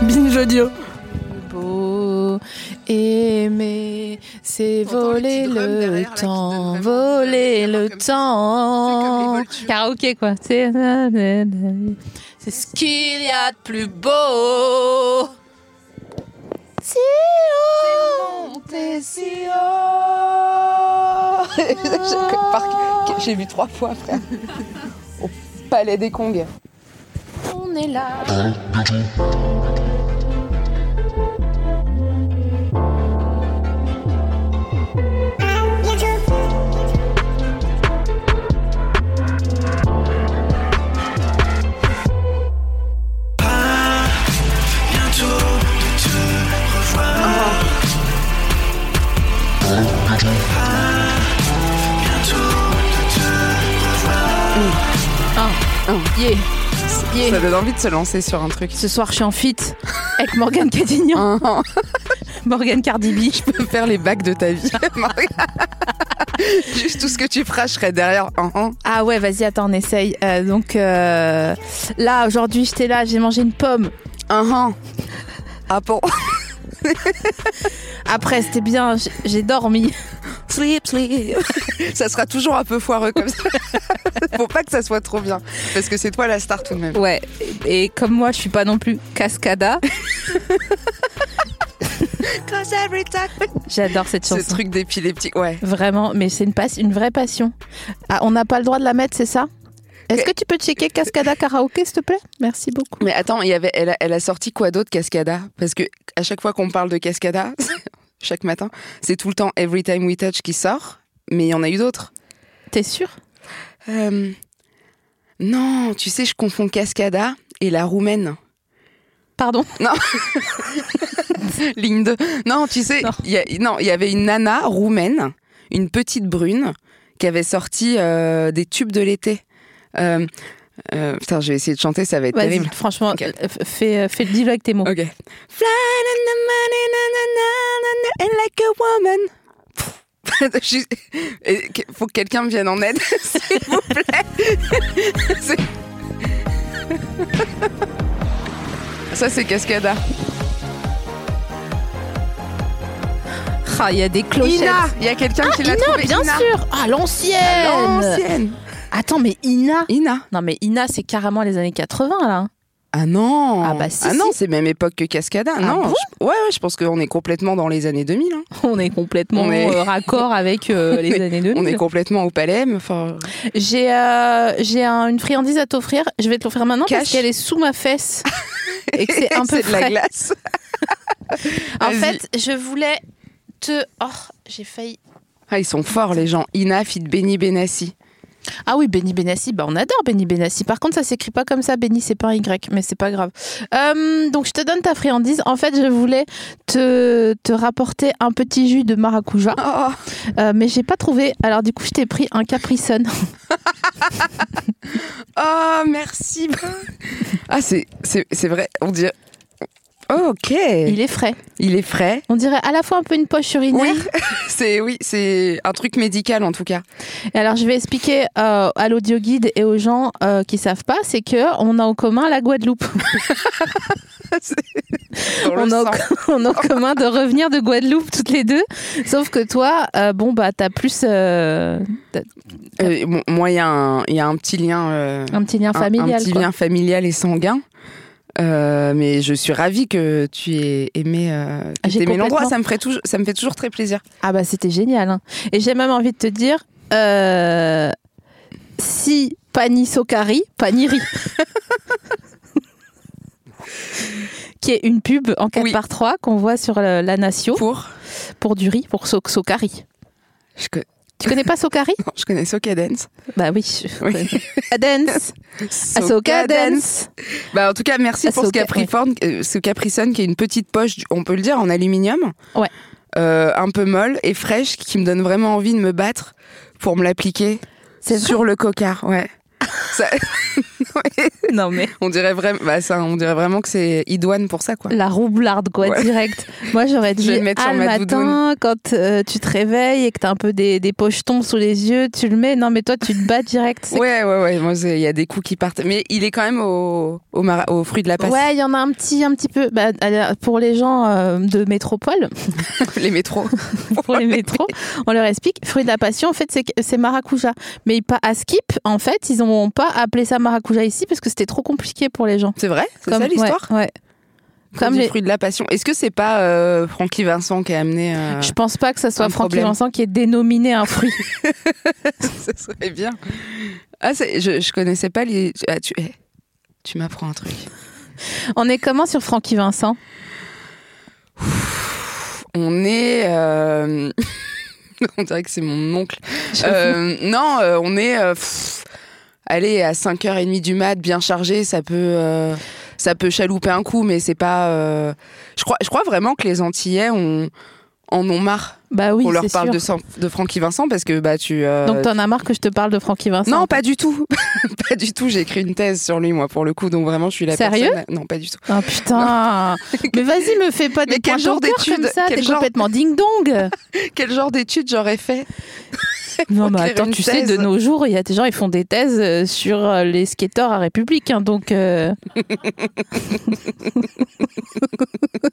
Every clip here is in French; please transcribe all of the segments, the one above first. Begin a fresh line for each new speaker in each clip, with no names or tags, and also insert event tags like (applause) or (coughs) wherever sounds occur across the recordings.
Sabine Jodio.
beau. Aimer, c'est
T'entends les
voler
petits drums derrière,
le
là, qui
temps,
donnent vraiment envie
voler
d'aller voir
le
comme ça. C'est comme
temps.
les voltures.
Karaoké, quoi. C'est c'est ce qu'il y a de plus beau. Si haut, t'es si haut.
(laughs) Je- par- J'ai vu trois fois, frère. Au Palais des Kongs.
On est là. Yeah. Yeah.
Ça donne envie de se lancer sur un (laughs) truc.
Ce soir, je suis en fit avec Morgane Cadignan,
Hein
Morgane Cardibi.
Je peux faire les bacs de ta vie. (laughs) Juste tout ce que tu feras, je serai derrière. Hein, hein.
Ah ouais, vas-y, attends, on essaye. Euh, donc euh, là, aujourd'hui, j'étais là, j'ai mangé une pomme.
Hein, hein. Ah bon (laughs)
Après, c'était bien, j'ai- j'ai dormi. (laughs) Sleep, sleep.
Ça sera toujours un peu foireux comme ça. (laughs) Faut pas que ça soit trop bien. Parce que c'est toi la star tout de même.
Ouais, et comme moi, je suis pas non plus (laughs) cascada. J'adore cette
Ce
chanson.
truc d'épileptique. Ouais.
Vraiment, mais c'est une, passe, une vraie passion. Ah, on n'a pas le droit de la mettre, c'est ça Est-ce que tu peux checker Cascada Karaoké, s'il te plaît Merci beaucoup.
Mais attends, il y avait, elle, a, elle a sorti quoi d'autre, Cascada Parce que à chaque fois qu'on parle de Cascada, (laughs) chaque matin, c'est tout le temps Every Time We Touch qui sort. Mais il y en a eu d'autres.
T'es sûr
Euh, non, tu sais, je confonds Cascada et la roumaine. (laughs)
Pardon
Ligne 2. Non, tu sais,
Non.
il y a- non, il y avait une nana roumaine, une petite brune, qui avait sorti euh, des tubes de l'été. Euh, euh, putain, je vais essayer de chanter, ça va être
Vas-y,
terrible.
franchement,
Ok.
euh, f- fais, fais, dis-le avec tes mots.
Ok. Fly like the money, na, na, na, na, na, and like a woman. Pff, (laughs) je- Et que- Faut que quelqu'un me vienne en aide, (laughs) s'il vous plaît. (laughs) C'est- Ça, c'est Cascada.
Ah, Il y a des clochettes.
Ina, il y a quelqu'un qui l'a
Ah, Ina,
trouvé.
bien
Ina.
sûr Ah, l'ancienne
L'ancienne.
Attends, mais Ina
Ina.
Non, mais Ina, c'est carrément les années 80, là. (laughs)
Ah non.
Ah bah si,
Ah non,
si. Ah
c'est même époque que Cascada. non.
bon
je- Ouais, ouais, je pense qu'on est complètement dans les années 2000. hein.
On est complètement
On est-
euh, raccord avec (laughs) euh, les années
On est
2000.
complètement au palais. mais Enfin,
J'ai euh, j'ai un- une friandise à t'offrir. Je vais te l'offrir maintenant parce
Cash.
qu'elle est sous ma fesse. (laughs) et que
(laughs)
c'est un peu
de la
frais.
glace.
En
Vas-y.
fait, je voulais te... Oh, j'ai failli...
Ah, ils sont forts, les gens. Ina, fit Benny Benassi.
Ah oui, Benny Benassi, bah on adore Benny Benassi. Par contre, ça s'écrit pas comme ça, Benny, c'est pas un Y, mais c'est pas grave. Euh, donc je te donne ta friandise. En fait, je voulais te, te rapporter un petit jus de maracuja,
Oh,
euh, mais j'ai pas trouvé. Alors du coup, je t'ai pris un Capri Sun.
oh, merci. (laughs) ah, c'est, c'est, c'est vrai. On dirait. Oh, ok. Il...
Il est frais.
est frais.
On dirait à la fois un peu une poche urinaire.
Oui. (laughs) c'est, oui, c'est un truc médical en tout cas.
Et alors je vais expliquer euh, à l'audio guide et aux gens euh, qui savent pas, c'est que on a en commun la Guadeloupe. (laughs)
Dans le
On a, (laughs)
sang.
on a en commun de revenir de Guadeloupe toutes les deux. Sauf que toi, euh, bon bah t'as plus euh,
Euh, bon, moi, il y, a un- il y a un petit lien. euh,
un petit lien
un-
familial.
Un, petit
quoi.
lien familial et sanguin. Euh, mais je suis ravie que tu aies aimé, euh, que
Ah, j'ai
t'aies aimé l'endroit.
complètement-
Ça me, ferait toujours, ça me fait toujours très plaisir.
Ah bah c'était génial. hein. Et j'ai même envie de te dire, euh, si pani socari, paniri. (laughs) qui est une pub en 4
Oui.
par 3 qu'on voit sur le- la Natio
Pour
pour du riz, pour so socari.
Je, co-
Tu connais pas
(laughs)
socari
non, je connais Soca Dance.
Bah oui. je
Oui.
connais. Ah, (laughs) dance, ah,
Soca
soca
Dance.
dance.
Bah, en tout cas, merci
Ah,
pour
c'est
ce
ok,
Capricorne, euh, ce Capricorne qui est une petite poche, du- on peut le dire, en aluminium.
Ouais.
Euh, un peu molle et fraîche, qui me donne vraiment envie de me battre pour me l'appliquer (laughs)
C'est vrai
sur le cocard. Ouais. Ça- Ouais.
non, mais
On dirait, vraiment, bah, ça, on dirait vraiment que c'est idoine pour ça, quoi.
la roublarde, quoi,
Ouais.
direct. Moi, j'aurais dit,
Je vais le mettre
ah,
sur
le
ma
matin, quand euh, tu te réveilles et que t'as un peu des, des pochetons sous les yeux, tu le mets. Non, mais toi, tu te bats direct. C'est-
Ouais, ouais, ouais. Moi, c'est- il y a des coups qui partent. Mais il est quand même au, au, mara- au fruit de la passe.
Ouais, il y en a un petit, un petit peu. Bah, alors, pour les gens euh, de métropole, (laughs)
(laughs) Les métros.
pour les métros, on leur explique. Fruit de la passion, en fait, c'est que- c'est maracuja. Mais pas à Skip, en fait, ils n'ont pas appelé ça maracuja ici parce que c'était trop compliqué pour les gens.
C'est vrai C'est
Comme-
ça l'histoire
ouais, ouais.
Comme
Comme
les
les-
fruits de la passion. Est-ce que c'est pas euh, Francky Vincent qui a amené euh,
Je pense pas que ça soit
Un
Francky
problème.
Vincent qui est dénominé un
(laughs)
fruit.
Ce serait bien. Ah, c'est- je, je connaissais pas les. ah, tu eh, tu m'apprends un truc.
on est comment sur Francky Vincent
On est. euh, (laughs) on dirait que c'est mon oncle. Euh, non, euh, on est. euh, pff, allez, à 5h30 du mat, bien chargé, ça peut. euh, ça peut chalouper un coup, mais c'est pas. euh, Je, crois, je crois vraiment que les Antillais ont, en ont marre.
Bah oui,
on leur
c'est
parle
sûr.
de, San- de Francky Vincent parce que bah, tu. euh,
Donc t'en as marre que je te parle de Francky Vincent
Non, pas du tout. (laughs) pas du tout. J'ai écrit une thèse sur lui, moi, pour le coup. Donc vraiment, je suis la
Sérieux
personne. Non, pas du tout.
Oh
(laughs)
putain Mais vas-y, me fais pas
Mais
des
quel
points
genre
au cœur comme
d'études
ça,
Quel
t'es
genre-
complètement
(laughs)
ding-dong
Quel genre d'études j'aurais fait (laughs)
Non, mais
Écrire
attends,
une
tu sais, de
thèse.
nos jours, il y a des gens, ils font des thèses euh, sur euh, les skateurs à République. hein, donc. euh.
(laughs)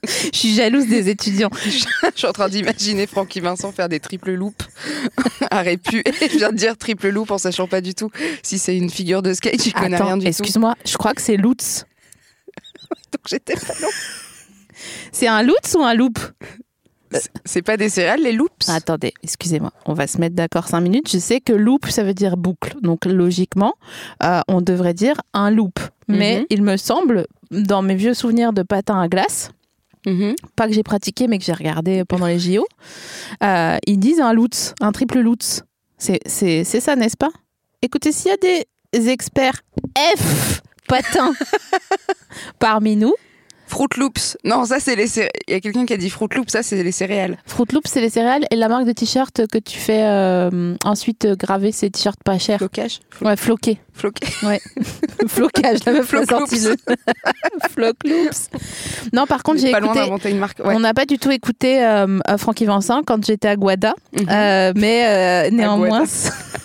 Je suis jalouse des étudiants.
Je suis en train d'imaginer Francky Vincent faire des triples (laughs) loops à Répu. Et (laughs) je viens de dire triple loop en sachant pas du tout si c'est une figure de skate. J'y connais
Attends,
rien du tout.
excuse-moi, je crois que c'est Lutz.
(laughs) Donc j'étais pas loin.
C'est un Lutz ou un loop
C'est- C'est pas des céréales, les loops
Attendez, excusez-moi, on va se mettre d'accord cinq minutes. Je sais que loop, ça veut dire boucle. Donc logiquement, euh, on devrait dire un loop. Mais
Mhm.
il me semble, dans mes vieux souvenirs de patin à glace,
Mhm.
pas que j'ai pratiqué, mais que j'ai regardé pendant les JO, euh, ils disent un Lutz, un triple Lutz. C'est, c'est, c'est ça, n'est-ce pas Écoutez, s'il y a des experts F patin parmi nous,
Fruit loops. Non, ça c'est les céréales. Il y a quelqu'un qui a dit fruit loops, ça c'est les céréales.
Fruit Loops, c'est les céréales et la marque de t-shirt que tu fais euh, ensuite euh, graver ces t-shirts pas chers.
Flocage
Ouais, floqué.
Floqué.
(laughs) Flocage, la meuf
Floc
a sorti
Loops.
le- (laughs) Floc Loops. Non, par
(laughs)
contre, j'ai
Pas loin
écouté...
d'inventer une marque. Ouais.
On n'a pas du tout écouté euh, euh, Francky Vincent quand j'étais à Guada,
Mhm.
euh, mais euh, néanmoins,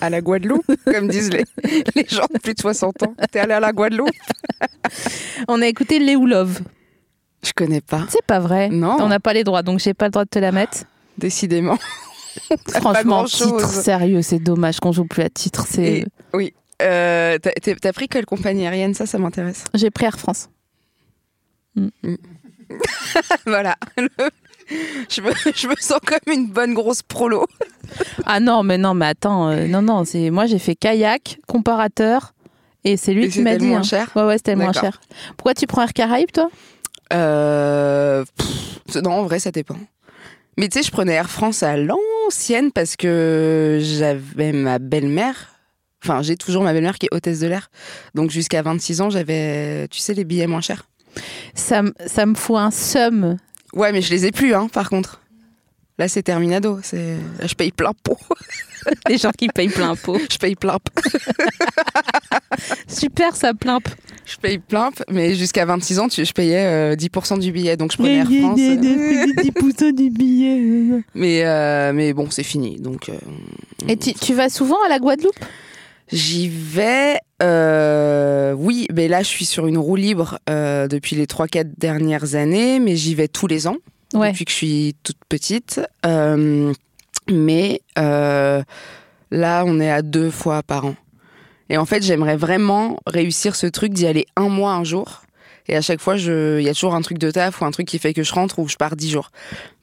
À la Guadeloupe, comme disent les, (laughs) les gens de plus de 60 ans. T'es allé à la Guadeloupe
(laughs) On a écouté Léoulov.
Je connais pas.
C'est pas vrai.
Non.
On n'a pas les droits, donc j'ai pas le droit de te la mettre.
Décidément.
Franchement,
grand-chose.
titre sérieux, c'est dommage qu'on joue plus à titre. C'est...
Et- Oui. (laughs) Euh, t'as- t'es- T'as pris quelle compagnie aérienne Ça, ça m'intéresse.
J'ai pris Air France.
(laughs) Voilà. Le- Je, me, je me sens comme une bonne grosse prolo.
Ah non, mais non, mais attends, euh, non, non, c'est moi j'ai fait kayak, comparateur, et c'est lui
Et
qui m'a
c'était le
dit.
moins
hein.
cher
Ouais, ouais, c'était le moins
D'accord.
cher. Pourquoi tu prends Air Caraïbes, toi
Euh, pff, non, en vrai, ça dépend. Mais tu sais, je prenais Air France à l'ancienne parce que j'avais ma belle-mère. Enfin, j'ai toujours ma belle-mère qui est hôtesse de l'air. Donc jusqu'à 26 ans, j'avais, tu sais, les billets moins chers.
ça, me- ça me fout un seum.
Ouais, mais je les ai plus, hein, par contre. Là, c'est terminado. C'est... Là, je paye plein pot.
(laughs) Les gens qui payent plein pot.
Je paye plein pot.
Super, ça plaimpe.
Je paye plein, pot, mais jusqu'à 26 ans, tu, je payais euh, 10% du billet. Donc je prenais Air France.
du billet.
Mais, euh, mais bon, c'est fini. Donc, euh,
Et tu, tu vas souvent à la Guadeloupe
j'y vais. euh, oui, mais là, je suis sur une roue libre euh, depuis les 3-4 dernières années, mais j'y vais tous les ans,
Ouais.
depuis que je suis toute petite. Euh, mais euh, là, on est à deux fois par an. Et en fait, j'aimerais vraiment réussir ce truc d'y aller un mois, un jour. Et à chaque fois, je- il y a toujours un truc de taf ou un truc qui fait que je rentre ou je pars dix jours.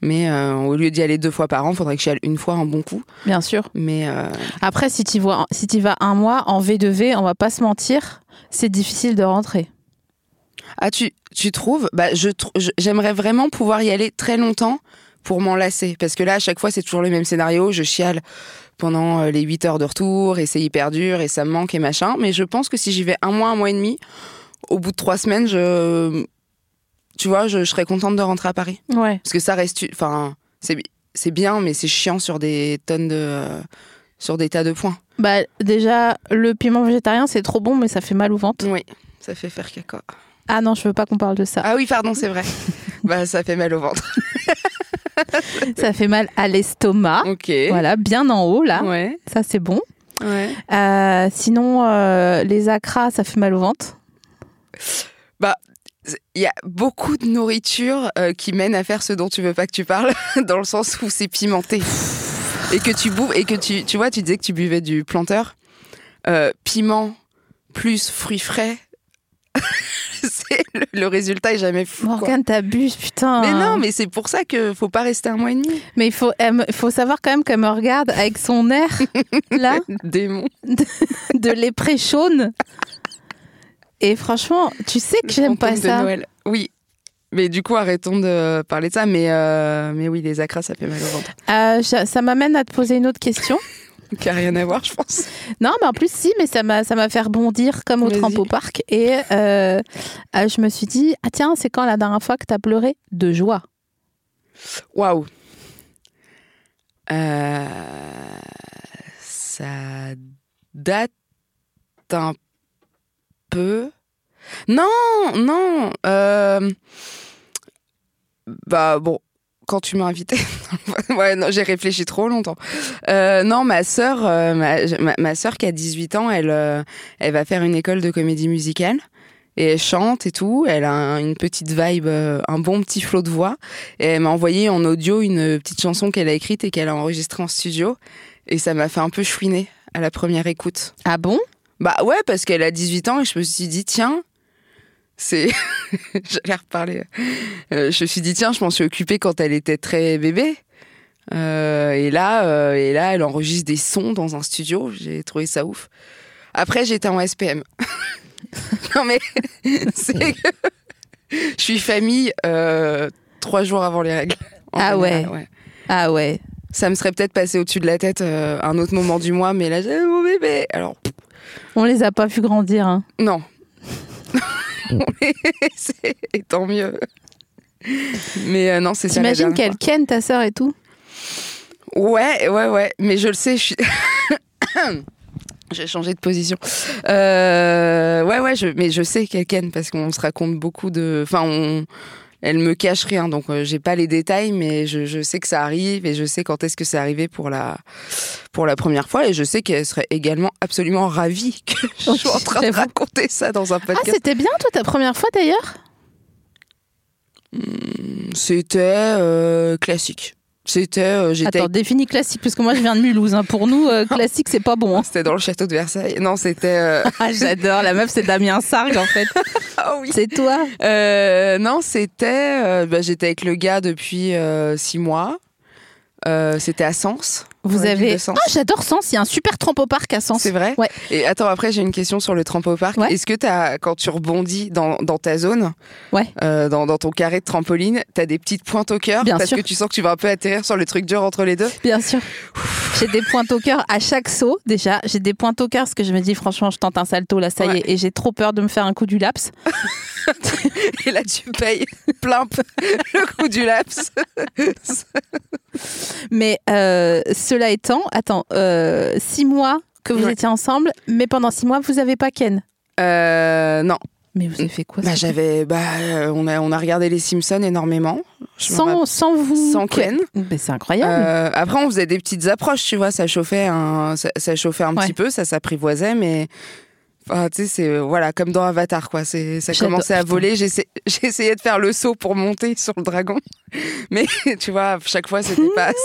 Mais euh, au lieu d'y aller deux fois par an, faudrait que j'y aille une fois un bon coup.
Bien sûr.
Mais euh,
Après, si tu vois, si t'y vas un mois en V2V, on va pas se mentir, c'est difficile de rentrer.
Ah, tu, tu trouves bah, je, tr- je- J'aimerais vraiment pouvoir y aller très longtemps pour m'en lasser. Parce que là, à chaque fois, c'est toujours le même scénario. Je chiale pendant euh, les 8 heures de retour et c'est hyper dur et ça me manque et machin. Mais je pense que si j'y vais un mois, un mois et demi, au bout de trois semaines, je. Tu vois, je, je serais contente de rentrer à Paris.
Ouais.
Parce que ça reste. Enfin, c'est, c'est bien, mais c'est chiant sur des tonnes de. euh, sur des tas de points.
Bah déjà, le piment végétarien c'est trop bon, mais ça fait mal au ventre.
Oui, Ça fait faire caca.
Ah non, je veux pas qu'on parle de ça.
Ah oui, pardon, c'est vrai. (laughs) bah, ça fait mal au ventre.
Ça fait mal à l'estomac.
Ok.
Voilà, bien en haut là.
Ouais.
Ça c'est bon.
Ouais.
Euh, sinon, euh, les acras, ça fait mal au ventre.
Il y a beaucoup de nourriture euh, qui mène à faire ce dont tu veux pas que tu parles, (laughs) dans le sens où c'est pimenté. Et que tu bouffes, et que tu, tu vois, tu disais que tu buvais du planteur. Euh, piment plus fruits frais. (laughs) c'est le, le résultat est jamais fou. quoi.
Morgane, hein. t'abuses, putain.
Mais non, mais c'est pour ça que faut pas rester un mois et demi.
Mais il faut, elle me- faut savoir quand même qu'elle me regarde avec son
(laughs)
air, là,
Démon.
de lépré chaune. Et franchement, tu sais que
Le
j'aime pas
fantôme de
ça.
Noël. Oui. Mais du coup, arrêtons de parler de ça. Mais, euh, mais oui, les acras, ça fait mal au ventre.
Euh, ça ça m'amène à te poser une autre
(laughs)
question.
Qui a rien à voir, je pense.
Non, mais en plus, si, mais ça m'a, ça m'a fait rebondir comme au
Vas-y.
trampo parc. Et euh, euh, je me suis dit, ah tiens, c'est quand la dernière fois que t'as pleuré de joie
Waouh. Euh, Ça date un peu. Non, non. euh, Bah bon, quand tu m'as invité. (laughs) ouais, non, j'ai réfléchi trop longtemps. Euh, non, ma sœur, euh, ma, ma, ma sœur qui a 18 ans, elle, euh, elle va faire une école de comédie musicale. Et elle chante et tout, elle a un- une petite vibe, euh, un bon petit flot de voix. Et elle m'a envoyé en audio une petite chanson qu'elle a écrite et qu'elle a enregistrée en studio. Et ça m'a fait un peu chouiner à la première écoute.
Ah bon
Bah ouais, parce qu'elle a 18 ans et je me suis dit, tiens, c'est. (laughs) J'allais reparler. Euh, je me suis dit, tiens, je m'en suis occupée quand elle était très bébé. Euh, et, là, euh, et là, elle enregistre des sons dans un studio. J'ai trouvé ça ouf. Après, j'étais en SPM. (laughs) non, mais (laughs) c'est que je suis famille euh, trois jours avant les règles. En
Ah
général,
ouais. Ah ouais.
Ça me serait peut-être passé au-dessus de la tête euh, un autre moment du mois, mais là, j'ai mon bébé. Alors,
On les a pas vu grandir. hein.
non. (laughs) C'est- et tant mieux. Mais euh, non, c'est ça. la
T'imagines qu'elle
dernière
ken ta sœur et tout
Ouais, ouais, ouais. Mais je le sais, je suis. (coughs) J'ai changé de position. Euh, ouais, ouais, je, mais je sais qu'elle ken parce qu'on se raconte beaucoup de. Enfin, on, elle me cache rien, donc euh, j'ai pas les détails, mais je, je sais que ça arrive et je sais quand est-ce que c'est arrivé pour la, pour la première fois. Et je sais qu'elle serait également absolument ravie que je
Oui,
sois en train de
Oh, j'avoue.
raconter ça dans un
Ah,
podcast.
c'était bien, toi, ta première fois d'ailleurs
C'était euh, classique. C'était. euh, j'étais
Attends, définis classique, parce que moi je viens de Mulhouse. hein. Pour nous,
(laughs)
euh, classique, c'est pas bon. hein.
c'était dans le château de Versailles. Non,
(laughs)
c'était. euh,
Ah, j'adore, la meuf, c'est Damien Sargue en fait.
Ah oui.
(laughs) C'est toi
Euh, non, c'était. euh, bah, J'étais avec le gars depuis euh, six mois. Euh, c'était à Sens.
Vous
Ouais, ville
avez.
de Sens.
Ah, j'adore Sens, il y a un super trampo parc à Sens.
C'est vrai
Ouais.
Et attends, après, j'ai une question sur le trampopark.
Ouais.
Est-ce que t'as, quand tu rebondis dans, dans ta zone,
Ouais.
euh, dans, dans ton carré de trampoline, t'as des petites pointes au cœur
Bien
parce
sûr.
que tu sens que tu vas un peu atterrir sur le truc dur
(laughs)
entre les deux
Bien sûr. J'ai des pointes au cœur à chaque saut, déjà. J'ai des pointes au cœur parce que je me dis, franchement, je tente un salto, là, ça y
Ouais.
est. Et j'ai trop peur de me faire un coup du laps.
Et là, tu payes plein p- (laughs) le coup du laps.
Mais euh, cela étant, attends, euh, six mois que vous
Ouais.
étiez ensemble, mais pendant six mois, vous avez pas Ken.
Euh, non.
Mais vous avez fait quoi
Bah,
ce-
j'avais. Bah, euh, on, a, on a regardé Les Simpsons énormément. Je
sans,
m'en
sans vous.
Sans Ken.
Mais c'est incroyable.
Euh, après, on faisait des petites approches, tu vois, ça chauffait un, ça, ça chauffait un
Ouais.
petit peu, ça s'apprivoisait, mais. Enfin, tu sais, c'est euh, voilà, comme dans Avatar, quoi. C'est, ça
J'adore,
commençait à
putain.
voler. j'essa- (laughs) J'essayais de faire le saut pour monter sur le dragon. (laughs) Mais tu vois, chaque fois, c'était pas assez.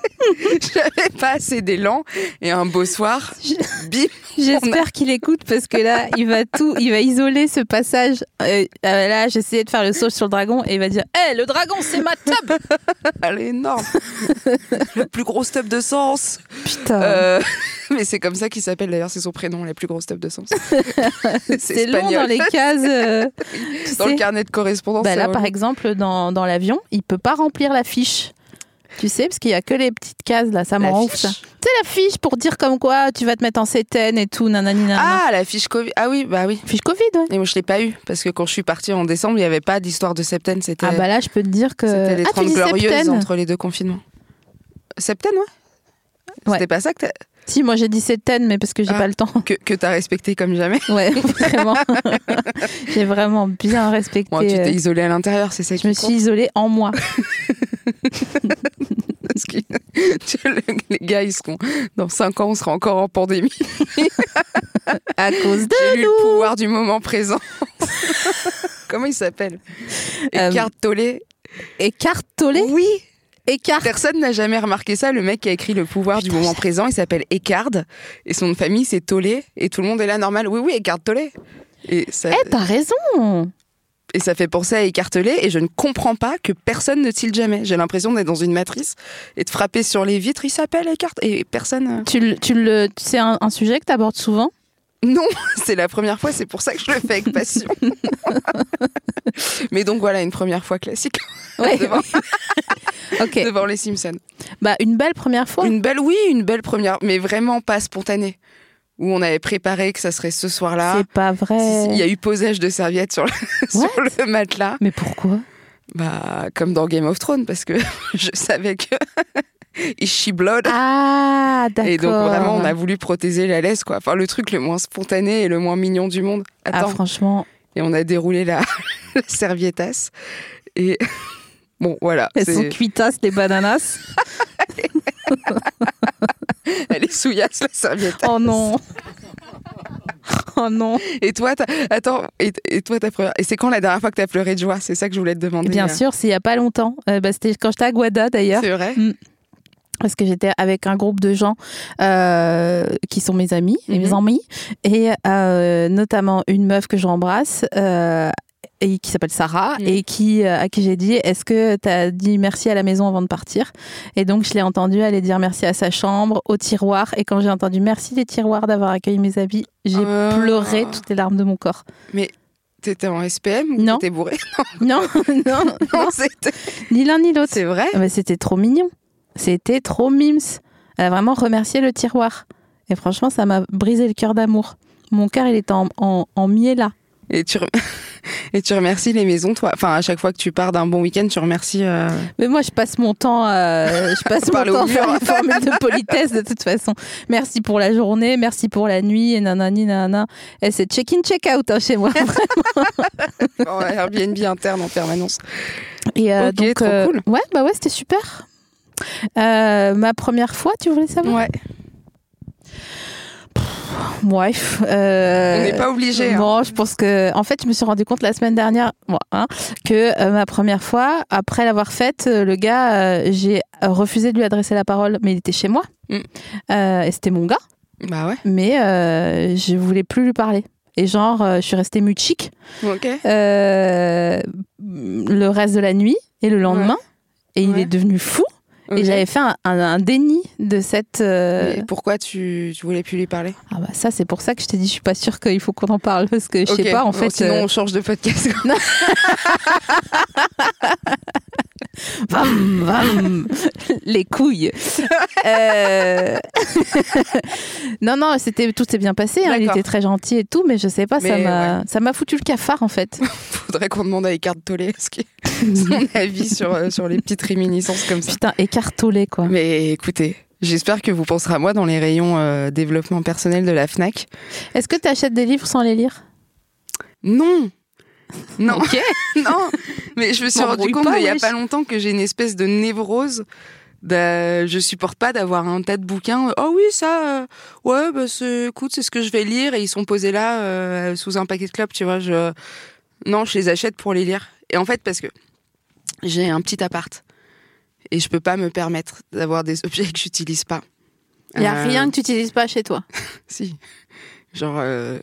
(laughs) J'avais pas assez d'élan. Et un beau soir, bim,
J'espère qu'il écoute parce que là, il va tout, il va isoler ce passage. Euh, euh, là, j'essayais de faire le saut sur le dragon et il va dire Hé, le dragon, c'est ma table
elle est
(laughs)
énorme. le plus gros stop de sens.
Putain,
Euh, (laughs) mais c'est comme ça qu'il s'appelle d'ailleurs, c'est son prénom, la plus grosse stop de sens.
(laughs) c'est long
(laughs)
dans les cases. euh, tu
dans le
sais.
carnet de correspondance.
Bah
c'est
là, par
relou.
exemple, dans, dans l'avion, il peut pas remplir la fiche. Tu sais, parce qu'il y a que les petites cases là, ça me
La
rend ouf
fiche.
ça. Tu sais, la fiche pour dire comme quoi tu vas te mettre en cétaine et tout, nanani nanana.
Ah, la fiche Covid. Ah oui, bah oui.
Fiche Covid, ouais.
Et moi, je l'ai pas eu parce que quand je suis partie en décembre, il n'y avait pas d'histoire de septaine. C'était
Ah bah là, je peux te dire que.
c'était les
ah, tu
30
dis
glorieuses
septaine.
entre les deux confinements. Septaine, ouais.
Ouais.
C'était pas ça que t'as.
Si, moi j'ai dit septaine, mais parce que j'ai
Ah.
pas le temps.
que, que t'as respecté comme jamais.
Ouais, (laughs) vraiment. j'ai vraiment bien respecté.
Bon, tu
euh,
t'es isolé à l'intérieur, c'est ça qui
je me
compte.
suis isolée en moi.
Parce que (laughs) tu vois, le- les gars, ils seront dans 5 ans, on sera encore en pandémie.
(laughs) À cause
J'ai lu le
nous.
pouvoir du moment présent. (laughs) Comment il s'appelle
Euh,
Eckhart Tolle.
Écartolé
Oui.
Écart.
Personne n'a jamais remarqué ça. Le mec qui a écrit le pouvoir du moment présent, il s'appelle Eckhart et son nom de famille c'est Tolle et tout le monde est là normal. Oui oui Eckhart Tolle. Et ça,
Eh, t'as raison.
et ça fait penser à Eckhart Tolle et je ne comprends pas que personne ne tire jamais. J'ai l'impression d'être dans une matrice et de frapper sur les vitres. Il s'appelle Eckhart et personne. euh, (laughs)
Tu, le- tu le, c'est un, un sujet que t'abordes souvent.
Non, c'est la première fois, c'est pour ça que je le fais avec passion. (laughs) Mais donc voilà, une première
(laughs)
fois classique
Ouais.
devant,
Ok.
devant les Simpsons.
Bah une belle première fois.
Une belle, oui, une belle première, mais vraiment pas spontanée. Où on avait préparé que ça serait ce soir-là.
C'est pas
Si,
vrai.
si, Il y a eu posage de serviettes sur le, (laughs) sur le matelas.
Mais pourquoi
(laughs) Bah, comme dans Game of Thrones, parce que (laughs) je savais que (laughs) she blood.
Ah d'accord.
Et donc vraiment, on a voulu protéger la laisse, quoi. Enfin, le truc le moins spontané et le moins mignon du monde.
Ah
Attends,
franchement.
et on a déroulé la, (laughs) la serviettasse. Et (laughs) bon, voilà, c'est- (laughs)
cuitas les bananas.
elle est souillasse la serviettasse.
Oh non. Oh non.
Et toi, t'as- attends, et, et toi, t'as pleuré. Et c'est quand la dernière fois que t'as pleuré de joie C'est ça que je voulais te demander.
Bien
euh,
sûr, c'est il y a pas longtemps. Euh, bah, c'était quand j'étais à Guada d'ailleurs.
C'est vrai.
parce que j'étais avec un groupe de gens euh, qui sont mes amis, et mes
Mhm.
amis, et euh, notamment une meuf que j'embrasse. euh, et qui s'appelle Sarah
Mhm.
et qui euh, à qui j'ai dit est-ce que tu as dit merci à la maison avant de partir et donc je l'ai entendue aller dire merci à sa chambre au tiroir et quand j'ai entendu merci des tiroirs d'avoir accueilli mes habits j'ai
Ah.
pleuré toutes les larmes de mon corps
T'étais en SPM ou
Non.
t'étais bourré
non (laughs)
(laughs)
non
Non, c'était-
ni l'un ni l'autre
c'est vrai.
Ah bah, c'était trop mignon. C'était trop mims. Elle a vraiment remercié le tiroir. Et franchement, ça m'a brisé le cœur d'amour. Mon cœur, il était en, en, en miel là.
Et tu, rem- (laughs) et tu remercies les maisons, toi. Enfin, à chaque fois que tu pars d'un bon week-end, tu remercies. euh,
(laughs) Mais moi, je passe mon temps, euh, je passe mon
(laughs) Parler au
temps à faire
mur.
les formules de politesse de toute façon. Merci pour la journée, merci pour la nuit, et nanani, nanana. Et c'est check-in, check-out hein, chez
(laughs)
moi.
en Airbnb interne en permanence.
Et euh,
Ok, trop cool.
Ouais, bah ouais, c'était super. Euh, ma première fois, tu voulais savoir
Ouais.
Ouais. euh,
On n'est pas obligé. hein.
Bon, je pense que, en fait, je me suis rendu compte la semaine dernière, moi, hein, que euh, ma première fois, après l'avoir faite, euh, le gars, euh, j'ai refusé de lui adresser la parole, mais il était chez moi.
Mm.
Euh, et c'était mon gars,
Bah ouais.
mais euh, je voulais plus lui parler. Et genre, euh, je suis restée mute chic
Ok.
euh, le reste de la nuit et le lendemain. Et il
Ouais.
est devenu fou. Et
Ok.
j'avais fait un, un- un déni de cette. euh,
Mais pourquoi tu, tu voulais plus lui parler
Ah bah ça, c'est pour ça que je t'ai dit, je suis pas sûre qu'il faut qu'on en parle parce que je
Ok.
sais pas. En
Bon,
fait,
sinon,
euh,
on change de podcast. (laughs)
Vam, vam, les (laughs) couilles. Euh, (laughs) non, non, c'était tout s'est bien passé. hein, il
D'accord.
était très gentil et tout, mais je sais pas, ça
Mais
m'a ça m'a foutu le cafard en fait. (laughs)
Faudrait qu'on demande à Eckhart Tolle ce qui son avis sur, euh, sur les petites réminiscences comme ça.
Putain, écartolé quoi.
Mais écoutez, j'espère que vous penserez à moi dans les rayons euh, développement personnel de la FNAC.
Est-ce que tu achètes des livres sans les lire
Non (laughs) Non,
Ok.
(laughs) non Mais je me suis rendu
M'embrouille
compte
pas,
il y a
wesh.
pas longtemps que j'ai une espèce de névrose. de- je supporte pas d'avoir un tas de bouquins. Oh oui, ça, euh, ouais, bah c'est, écoute, c'est ce que je vais lire et ils sont posés là euh, sous un paquet de clopes, tu vois. Je, non, je les achète pour les lire. Et en fait, parce que j'ai un petit appart et je peux pas me permettre d'avoir des (laughs) objets que j'utilise pas.
Il y a
Euh,
rien que tu utilises pas chez toi.
si. Genre. euh,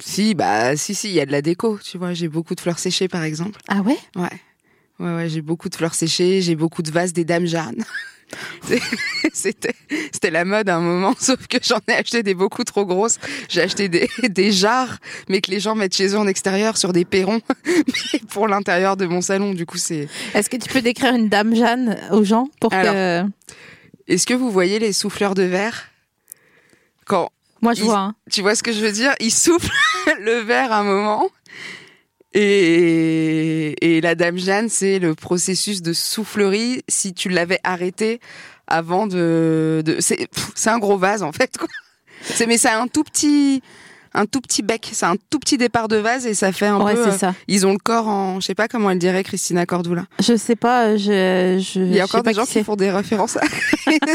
Si, bah, si, si, il y a de la déco, tu vois. J'ai beaucoup de fleurs séchées, par exemple.
Ah ouais
Ouais. Ouais, ouais, j'ai beaucoup de fleurs séchées, j'ai beaucoup de vases des dames Jeanne. (laughs) C'est- C'était c'était la mode à un moment, sauf que j'en ai acheté des beaucoup trop grosses. J'ai acheté des, des jarres, mais que les gens mettent chez eux en extérieur sur des perrons, (laughs) mais pour l'intérieur de mon salon. Du coup, c'est.
Est-ce que tu peux décrire une dame Jeanne aux gens pour que
Est-ce que vous voyez les souffleurs de verre Quand
moi je
ils-
vois. hein.
Tu vois ce que je veux dire Il souffle (laughs) le verre un moment. Et, et la dame Jeanne, c'est le processus de soufflerie. Si tu l'avais arrêté avant de. de- c'est pff, c'est un gros vase en fait. Quoi. C'est- Mais ça a un tout petit, un tout petit bec, c'est un tout petit départ de vase et ça fait un
Ouais,
peu.
c'est
euh,
ça.
ils ont le corps en, je sais pas comment elle dirait Christina Cordula.
Je sais pas, je. je Euh,
Il y a
je sais
encore
pas
des gens
c'est.
qui font
(laughs)
des références. à- (laughs)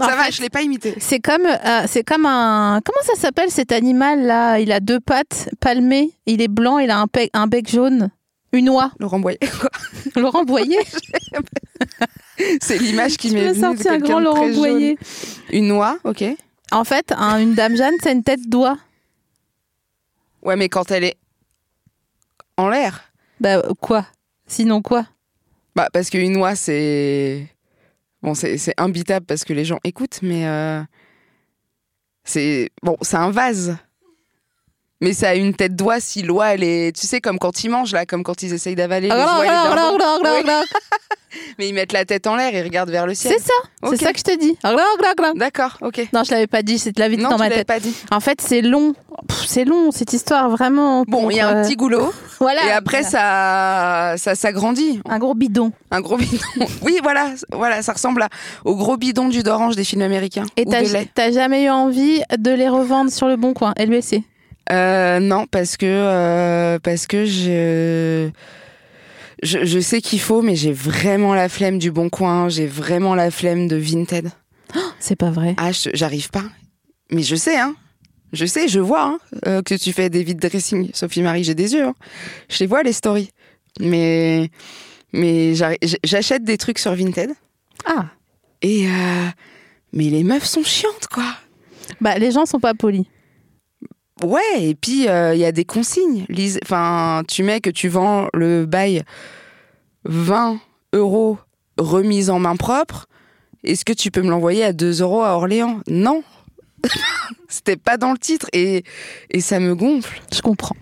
En
ça va,
fait,
je l'ai pas imité.
C'est comme, euh, c'est comme un. Comment ça s'appelle cet animal là Il a deux pattes palmées, il est blanc, il a un, pe- un bec jaune. Une oie. (laughs)
Laurent Boyer.
Laurent Boyer.
(laughs) C'est l'image qui
Je
m'est
me
venue de
sorti un
quelqu'un
grand
de
Laurent
très jaune.
Boyer.
Une noix, ok.
En fait, un- une dame Jeanne, c'est une tête d'oie.
Ouais, mais quand elle est en l'air,
Bah quoi Sinon quoi
bah parce qu'une noix c'est bon, c'est c'est imbitable parce que les gens écoutent, mais euh, c'est bon, c'est un vase. Mais ça a une tête d'oie si l'oie elle est, tu sais comme quand ils mangent là, comme quand ils essayent d'avaler les oies, et les dindons. mais ils mettent la tête en l'air et regardent vers le ciel.
(laughs) C'est ça,
Ok.
c'est ça que je te dis. Non,
D'accord, ok.
je l'avais pas dit, c'est de la vie
non,
dans
tu
ma
l'avais
tête.
pas dit.
En fait, c'est long. Pff, C'est long, cette histoire, vraiment.
Bon,
pour,
il y a
euh,
un petit goulot
Voilà.
et après
Voilà.
ça, ça s'agrandit.
Un gros bidon.
Un gros bidon. (laughs) Oui, voilà, voilà, ça ressemble à- au gros bidon du jus d'orange des films américains.
Et
Ou de
t'as
lait.
t'as jamais eu envie de les revendre sur le bon coin, LBC.
Euh, non, parce que euh, parce que je je, je sais qu'il faut, mais j'ai vraiment la flemme du Bon Coin. J'ai vraiment la flemme de Vinted.
C'est pas vrai.
Ah, je- j'arrive pas. Mais je sais, hein. Je sais, je vois hein, euh, que tu fais des vide dressing, Sophie Marie. J'ai des yeux. hein. Je les vois les stories. Mais mais j'arri- j'achète des trucs sur Vinted.
Ah.
Et euh, mais les meufs sont chiantes, quoi.
Bah, les gens sont pas polis.
Ouais, et puis euh, il y a des consignes. Lise- Enfin, tu mets que tu vends le bail 20 euros remise en main propre. Est-ce que tu peux me l'envoyer à 2 euros à Orléans Non. (laughs) C'était pas dans le titre et, et ça me gonfle.
Je comprends.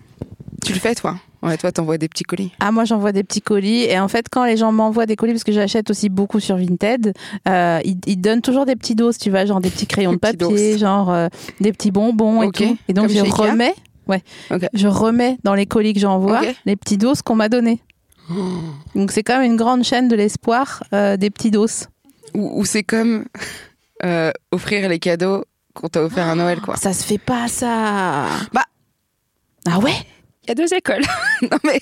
Tu le fais, toi Ouais, toi, t'envoies des petits colis.
Ah, moi, j'envoie des petits colis. Et en fait, quand les gens m'envoient des colis, parce que j'achète aussi beaucoup sur Vinted, euh, ils, ils donnent toujours des petits doses, tu vois, genre des petits crayons
Des
de
petits
papier,
doses.
genre euh, des petits bonbons
Ok.
et tout. Et donc,
Comme
je
chez Ikea
remets. Ouais.
Ok.
Je remets dans les colis que j'envoie
Ok.
les petits doses qu'on m'a données. Donc, c'est quand même une grande chaîne de l'espoir euh, des petits doses.
Ou, ou c'est comme euh, offrir les cadeaux qu'on t'a offert à Noël, quoi.
Ça se fait pas, ça
Bah.
Ah ouais
Il y a deux écoles. (laughs) non mais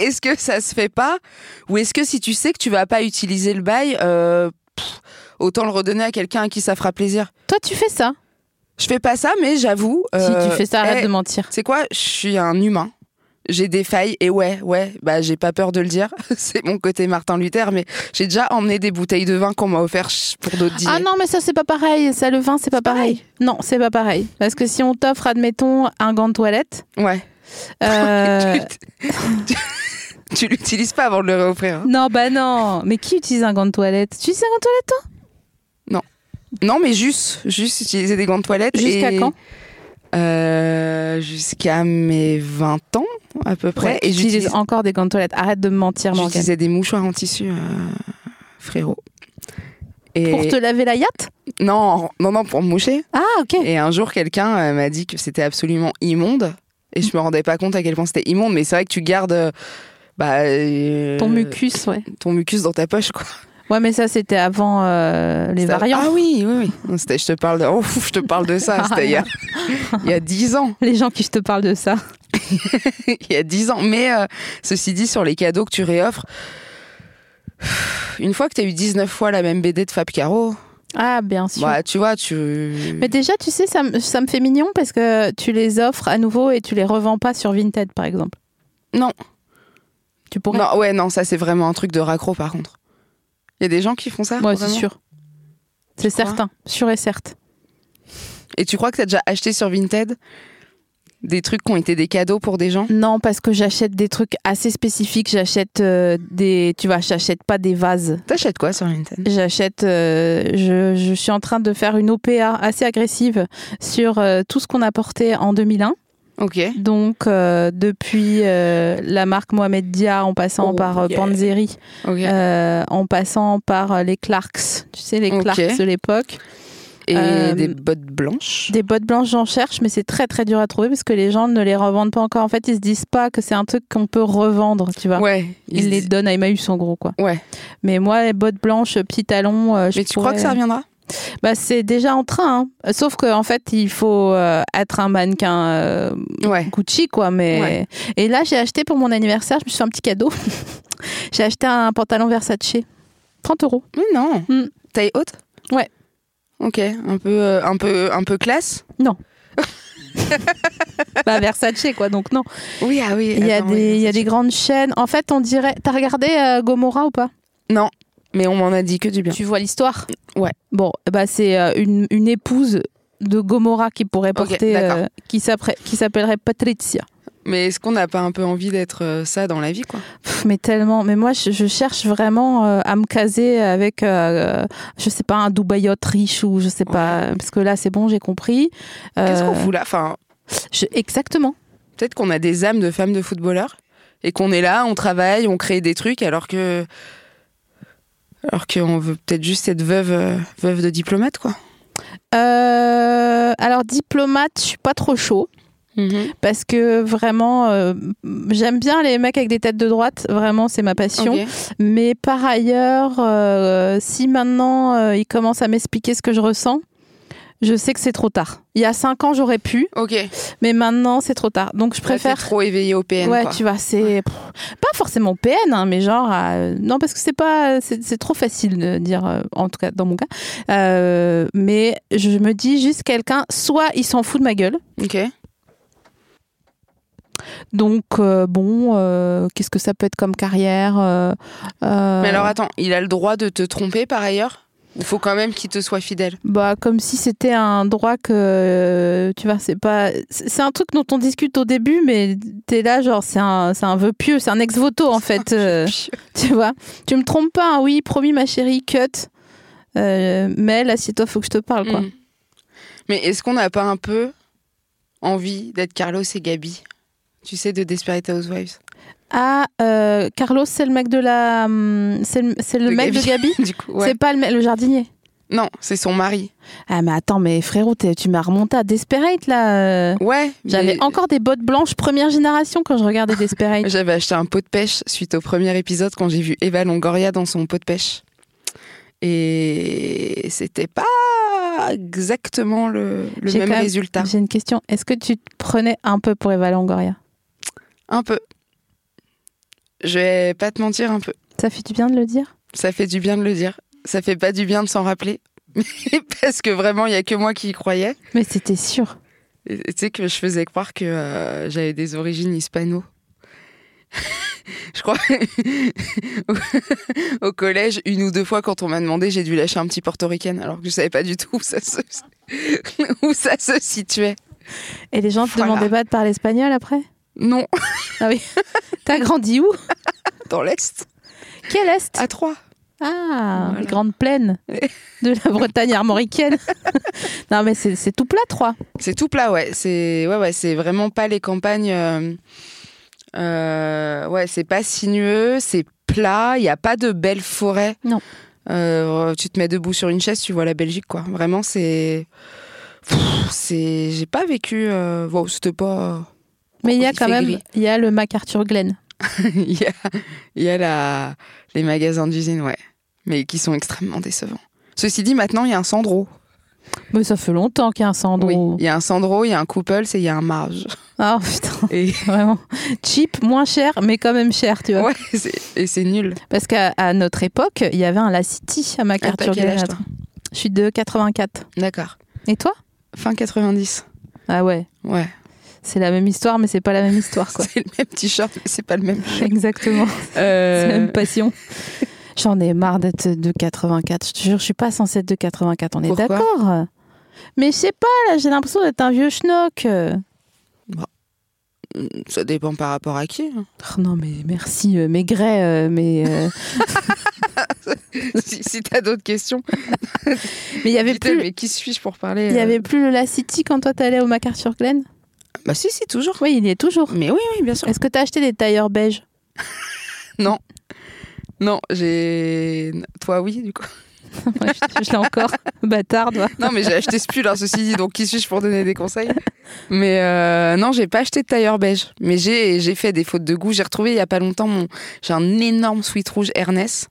est-ce que ça se fait pas ou est-ce que si tu sais que tu vas pas utiliser le bail, euh, pff, autant le redonner à quelqu'un à qui ça fera plaisir.
Toi, tu fais ça.
Je fais pas ça, mais j'avoue.
si
euh,
tu fais ça, arrête
eh,
de mentir.
C'est quoi Je suis un humain. J'ai des failles et ouais, ouais, bah j'ai pas peur de le dire. (laughs) C'est mon côté Martin Luther, mais j'ai déjà emmené des bouteilles de vin qu'on m'a offert ch- pour d'autres dîners.
Ah non, mais ça, c'est pas pareil. Ça, le vin, c'est pas pareil. Non, c'est pas pareil. Parce que si on t'offre, admettons, un gant de (laughs) toilette.
Ouais.
euh,
Tu- (laughs) tu l'utilises pas avant de le réoffrir. hein.
non, bah non. Mais qui utilise un gant de toilette Tu utilises un gant de toilette, toi
Non, mais juste, juste utiliser des gants de toilette.
Jusqu'à
et-
quand
Euh, Jusqu'à mes 20 ans, à peu près.
Ouais,
et
tu utilises
j'utilise-
encore des gants de toilette. Arrête de me mentir, Morgane.
j'utilisais des mouchoirs en tissu, euh, frérot. Et
Pour te laver la yacht
non, non, non, pour me moucher.
Ah, ok.
Et un jour, quelqu'un euh, m'a dit que c'était absolument immonde. Et je me rendais pas compte à quel point c'était immonde. Mais c'est vrai que tu gardes euh, bah, euh,
Ton mucus, ouais.
ton mucus dans ta poche, quoi.
Ouais, mais ça, c'était avant euh, les
Ça-
variants.
Ah oui, oui, oui. Non, c'était- je te parle de, (laughs) oh, ouf, je te parle
(laughs)
de ça. C'était il y a- il y a 10 ans.
Les gens qui je te parle de ça.
(laughs) il y a 10 ans. Mais euh, ceci dit, sur les cadeaux que tu réoffres, une fois que tu as eu 19 fois la même BD de Fab Caro,
Ah, bien sûr.
bah, tu vois, tu.
Mais déjà, tu sais, ça, me- ça me fait mignon parce que tu les offres à nouveau et tu les revends pas sur Vinted, par exemple.
Non.
Tu pourrais.
Non, ouais, non, ça c'est vraiment un truc de raccro par contre. Il y a des gens qui font ça
Moi, c'est
vraiment
sûr. C'est
crois
certain, sûr et certes.
Et tu crois que tu as déjà acheté sur Vinted des trucs qui ont été des cadeaux pour des gens
Non, parce que j'achète des trucs assez spécifiques. J'achète euh, des, tu vois, j'achète pas des vases.
T'achètes quoi sur Vinted
J'achète. euh, je, je suis en train de faire une OPA assez agressive sur euh, tout ce qu'on a porté en 2001.
Ok.
Donc euh, depuis euh, la marque Mohamed Dia, en passant
Oh,
par euh,
yeah.
Panzeri,
ok.
Euh, en passant par euh, les euh, Clarks, tu sais, les
Ok.
Clarks de l'époque.
Et
Euh,
des bottes blanches.
Des bottes blanches, j'en cherche, mais c'est très très dur à trouver parce que les gens ne les revendent pas encore. En fait, ils se disent pas que c'est un truc qu'on peut revendre, tu vois.
Ouais.
Ils
se
les
disent-
donnent à Emmaüs en gros, quoi.
Ouais.
Mais moi, les bottes blanches, petits talons. euh, je
Mais tu crois
pourrais-
que ça reviendra
Bah, c'est déjà en train. hein. Sauf qu'en en fait, il faut euh, être un mannequin euh,
Ouais.
Gucci, quoi. Mais
Ouais.
et là, j'ai acheté pour mon anniversaire, je me suis fait un petit cadeau. (laughs) j'ai acheté un pantalon Versace, 30 euros.
Mais non.
Hmm.
Taille haute
Ouais.
Ok, un peu, euh, un peu, un peu classe.
bah Versace, quoi. Donc non.
Oui, ah oui.
Il y a
attends,
des,
oui,
il y a
ça,
des
je-
grandes chaînes. En fait, on dirait. T'as regardé euh, Gomorrah ou pas
Mais on m'en a dit que du bien.
Tu vois l'histoire
Ouais.
Bon, bah c'est euh, une, une épouse de Gomorrah qui pourrait porter,
d'accord.
euh, qui s'apprê- qui s'appellerait Patricia.
Mais est-ce qu'on n'a pas un peu envie d'être euh, ça dans la vie, quoi
Pff, mais tellement. Mais moi, je, je cherche vraiment euh, à me caser avec, euh, je sais pas, un Dubaïote riche ou je sais pas. Parce que là, c'est bon, j'ai compris.
Qu'est-ce qu'on
Euh,
fout là Enfin,
je- Exactement.
peut-être qu'on a des âmes de femmes de footballeurs et qu'on est là, on travaille, on crée des trucs, alors que, alors qu'on veut peut-être juste être veuve, euh, veuve de diplomate, quoi.
Euh, alors, diplomate, je suis pas trop chaud.
Mhm.
Parce que vraiment, euh, j'aime bien les mecs avec des têtes de droite. Vraiment, c'est ma passion.
Ok.
Mais par ailleurs, euh, si maintenant euh, ils commencent à m'expliquer ce que je ressens, je sais que c'est trop tard. Il y a cinq ans, j'aurais pu,
Ok.
mais maintenant, c'est trop tard. Donc, je
Préfère
préfère.
trop éveillé au PN.
ouais,
quoi.
tu vois, c'est pff, pas forcément PN, hein, mais genre euh, non parce que c'est pas c'est c'est trop facile de dire euh, en tout cas dans mon cas. Euh, mais je me dis juste quelqu'un, soit il s'en fout de ma gueule,
Ok.
donc euh, bon, euh, qu'est-ce que ça peut être comme carrière euh, euh,
Mais alors attends, il a le droit de te tromper par ailleurs Il faut quand même qu'il te soit fidèle.
Bah, comme si c'était un droit que, euh, tu vois, c'est pas... C'est c'est un truc dont on discute au début, mais t'es là, genre, c'est un, c'est un vœu pieux, c'est un ex-voto, en fait. euh, (laughs) tu vois Tu me trompes pas, hein, oui, promis, ma chérie, cut. Euh, mais là, si toi, faut que je te parle, quoi.
Mm. Mais est-ce qu'on n'a pas un peu envie d'être Carlos et Gabi Tu sais, de Desperate Housewives.
Ah, euh, Carlos, c'est le mec de la... hum, C'est le, c'est le
De
mec
Gabi.
de Gabi
(laughs) Du coup, ouais.
C'est pas le, mec- le jardinier
Non, c'est son mari.
Ah, mais attends, mais frérot, t'es- tu m'as remonté à Desperate, là euh.
Ouais.
J'avais
mais
encore des bottes blanches première génération quand je regardais
(laughs)
Desperate.
J'avais acheté un pot de pêche suite au premier épisode quand j'ai vu Eva Longoria dans son pot de pêche. Et c'était pas exactement le, le
J'ai
même
quand même-
résultat.
J'ai une question. Est-ce que tu te prenais un peu pour Eva Longoria
Un peu. Je vais pas te mentir un peu.
Ça fait du bien de le dire
Ça fait du bien de le dire. Ça fait pas du bien de s'en rappeler. (laughs) Parce que vraiment, il y a que moi qui y croyais.
Mais c'était sûr.
Et Tu sais que je faisais croire que euh, j'avais des origines hispano. (laughs) je crois (laughs) Au- au collège, une ou deux fois, quand on m'a demandé, j'ai dû lâcher un petit portoricaine, alors que je savais pas du tout où ça se, (laughs) où ça se situait.
Et les gens te
Voilà.
demandaient pas de parler espagnol après
Non,
T'as grandi où
dans l'Est,
(laughs) Quel est
à Troyes.
Ah,
Voilà.
les grandes plaines de la Bretagne (laughs) armoricaine. non, mais c'est c'est tout plat, trois.
C'est tout plat, ouais. C'est ouais, ouais, c'est vraiment pas les campagnes. euh, euh, ouais, c'est pas sinueux, c'est plat. Il n'y a pas de belles forêts.
Non.
Euh, tu te mets debout sur une chaise, tu vois la Belgique, quoi. Vraiment, c'est. Pff, C'est. J'ai pas vécu. Euh... Wow, c'était pas. (laughs)
Mais il y a
Il
quand
fait
même,
gris.
il y a le MacArthur Glen.
Il y a, il y a la... les magasins d'usine, ouais. Mais qui sont extrêmement décevants. Ceci dit, maintenant, il y a un Sandro.
Mais ça fait longtemps qu'il y a un Sandro.
Oui. Il y a un Sandro, il y a un Couple, c'est il y a un Marge.
Ah putain,
Et,
(laughs) vraiment. Cheap, moins cher, mais quand même cher, tu vois.
(laughs) ouais, c'est- et c'est nul.
Parce qu'à à notre époque, il y avait un La City à
Ah, t'as
MacArthur
quel
Glen.
âge, toi
Je suis de 84.
D'accord.
Et toi
Fin 90.
Ah ouais.
Ouais.
C'est la même histoire, mais c'est pas la même histoire, (laughs) quoi.
C'est (laughs) le même t-shirt, mais c'est pas le même.
Exactement. C'est la
(laughs) Euh,
même passion. (laughs) J'en ai marre d'être de 84. Je te jure, je suis pas censée être de 84. On est
Pourquoi
d'accord. Mais je sais pas, là, j'ai l'impression d'être un vieux schnock. Euh,
Ça dépend par rapport à qui. hein.
oh non, mais merci, euh, Maigret, euh, mais. (laughs) euh,
(laughs) si si t'as d'autres questions.
mais il y avait
Putain,
plus.
mais qui suis-je pour parler
Il y
euh
avait plus le La City quand toi t'allais au MacArthur Glen
Bah si, si, toujours.
Oui, il y est toujours.
Mais oui, oui, bien sûr.
Est-ce que t'as acheté des tailleurs beiges
Non, j'ai... Toi, oui, du coup.
Moi, je je l'ai encore. (laughs) Bâtarde. va.
Non, mais j'ai acheté ce pull, hein, ceci dit, donc qui suis-je pour donner des conseils Mais euh, non, j'ai pas acheté de tailleur beige. Mais j'ai j'ai fait des fautes de goût. J'ai retrouvé il y a pas longtemps mon. J'ai un énorme sweat rouge Ernest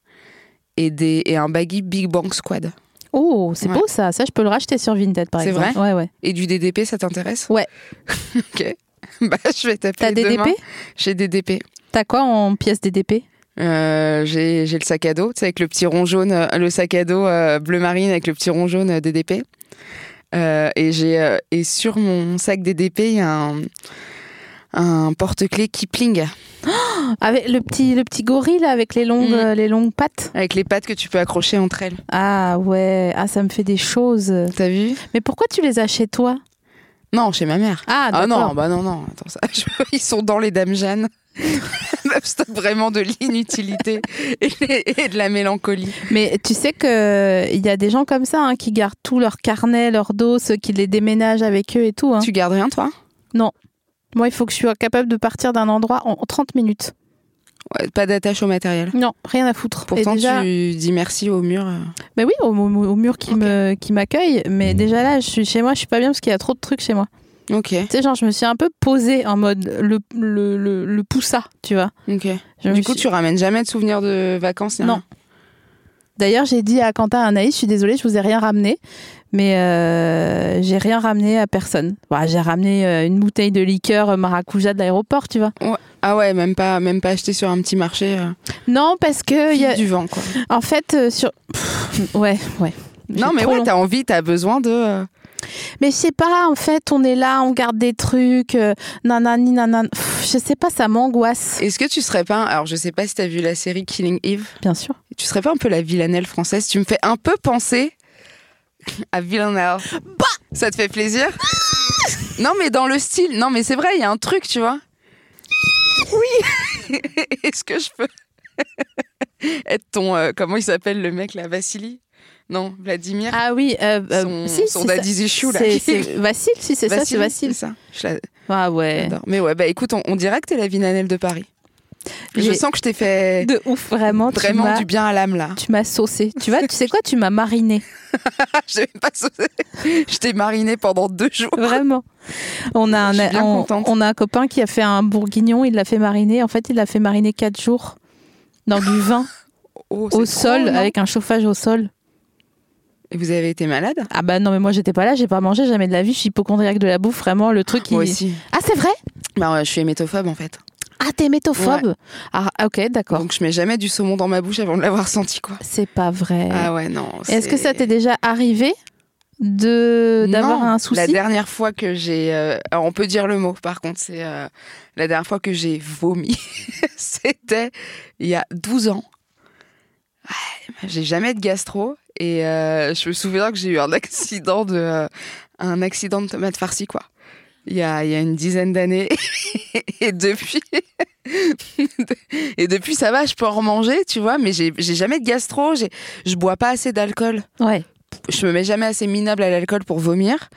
et, des, et un baggy Big Bang Squad.
Oh, c'est
Ouais.
beau ça. Ça, je peux le racheter sur Vinted, par
C'est
exemple.
vrai
ouais, ouais.
Et du DDP, ça t'intéresse
Ouais.
(laughs) ok. (laughs) Bah, je vais t'appeler.
T'as
demain.
DDP
J'ai DDP.
T'as quoi en pièces DDP
Euh, j'ai j'ai le sac à dos, tu sais, avec le petit rond jaune, euh, le sac à dos euh, bleu marine avec le petit rond jaune euh, DDP. Euh, et j'ai euh, et sur mon sac DDP, il y a un, un porte-clés Kipling
Avec le petit, le petit gorille là, avec les longues,
Mm.
euh, les longues pattes.
avec les pattes que tu peux accrocher entre elles.
Ah ouais, ah ça me fait des choses.
T'as vu
Mais pourquoi tu les as chez toi
Non, chez ma mère.
Ah,
Ah,
d'accord.
non, bah non, non, attends, ça, (laughs) je- ils sont dans les dames (laughs) Jeanne. C'est vraiment de l'inutilité et, et de la mélancolie.
Mais tu sais que euh, il y a des gens comme ça hein, qui gardent tout leur carnet, leur dos, ceux qui les déménagent avec eux et tout. hein.
Tu gardes rien, toi
Moi, il faut que je sois capable de partir d'un endroit en 30 minutes.
Ouais, Pas d'attache au matériel.
Non, rien à foutre.
Pourtant,
et déjà,
tu dis merci au mur. euh.
mais Bah oui, au, au- au mur qui
Ok.
me qui m'accueille. Mais déjà là, je suis chez moi, je suis pas bien parce qu'il y a trop de trucs chez moi.
Ok,
Tu sais, genre, je me suis un peu posée en mode le le le, le poussa, tu vois.
ok.
Je me
Du coup,
suis-
tu ramènes jamais de souvenirs de vacances ni
Non.
rien
D'ailleurs, j'ai dit à Quentin et Anaïs, je suis désolée, je vous ai rien ramené, mais euh, j'ai rien ramené à personne. Bah, j'ai ramené euh, une bouteille de liqueur euh, maracuja de l'aéroport, tu vois.
Ah ouais, même pas, même pas acheté sur un petit marché. euh,
Non, parce que Euh, y a-
fille Du vent, quoi.
en fait, euh, sur Pff, ouais, ouais.
Non,
J'ai
mais
trop
ouais,
long.
t'as envie, t'as besoin de. euh,
mais je sais pas. En fait, on est là, on garde des trucs, euh, nanani nanan. Pff, Je sais pas, ça m'angoisse.
Est-ce que tu serais pas. Alors, je sais pas si t'as vu la série Killing Eve.
Bien sûr.
Tu serais pas un peu la villanelle française Tu me fais un peu penser à villanelle.
Bah!
Ça te fait plaisir Non, mais dans le style. Non, mais c'est vrai, il y a un truc, tu vois. Oui (laughs) Est-ce que je peux (laughs) être ton. euh, comment il s'appelle le mec là Vassili Non, Vladimir
Ah oui. euh, euh,
Son,
si,
son
c'est ça.
daddy Zichou, là.
C'est- c'est Vassil, si c'est ça, c'est
Vassili,
Vassil.
ça. Je la-
Ah ouais.
j'adore. Mais ouais, bah écoute, on, on dirait que t'es la villanelle de Paris. Je
J'ai-
sens que je t'ai fait
De ouf, vraiment. tu
vraiment
m'as-
du bien à l'âme là.
Tu m'as saucé. Tu vois, tu sais quoi Tu m'as mariné.
(laughs) Je t'ai pas sauté. Je t'ai mariné pendant deux jours.
Vraiment. On a, un,
Je suis bien
on,
contente.
on a un copain qui a fait un bourguignon, il l'a fait mariner. En fait, il l'a fait mariner quatre jours dans du vin
Oh, c'est
au
trop,
sol,
non
avec un chauffage au sol.
Et vous avez été malade
Ah bah non, mais moi j'étais pas là, j'ai pas mangé jamais de la vie, je suis hypochondriaque de la bouffe, vraiment le truc qui.
Moi aussi.
ah, c'est vrai
Bah, ouais, je suis hémétophobe en fait.
Ah, t'es métophobe Ah, ok, d'accord.
Donc je mets jamais du saumon dans ma bouche avant de l'avoir senti quoi.
C'est pas vrai.
Ah ouais non.
Est-ce que ça
c'est-
t'est déjà arrivé de d'avoir
Non,
un
La
souci
dernière fois que j'ai, euh, alors on peut dire le mot par contre, c'est euh, la dernière fois que j'ai vomi, (laughs) c'était il y a 12 ans. Ouais, bah, j'ai jamais de gastro et euh, je me souviens que j'ai eu un accident de, euh, un accident de tomate farcie quoi. Il y a, il y a une dizaine d'années (laughs) et depuis (laughs) et depuis ça va, je peux en remanger, tu vois, mais j'ai j'ai jamais de gastro, j'ai- je bois pas assez d'alcool
Ouais.
je me mets jamais assez minable à l'alcool pour vomir.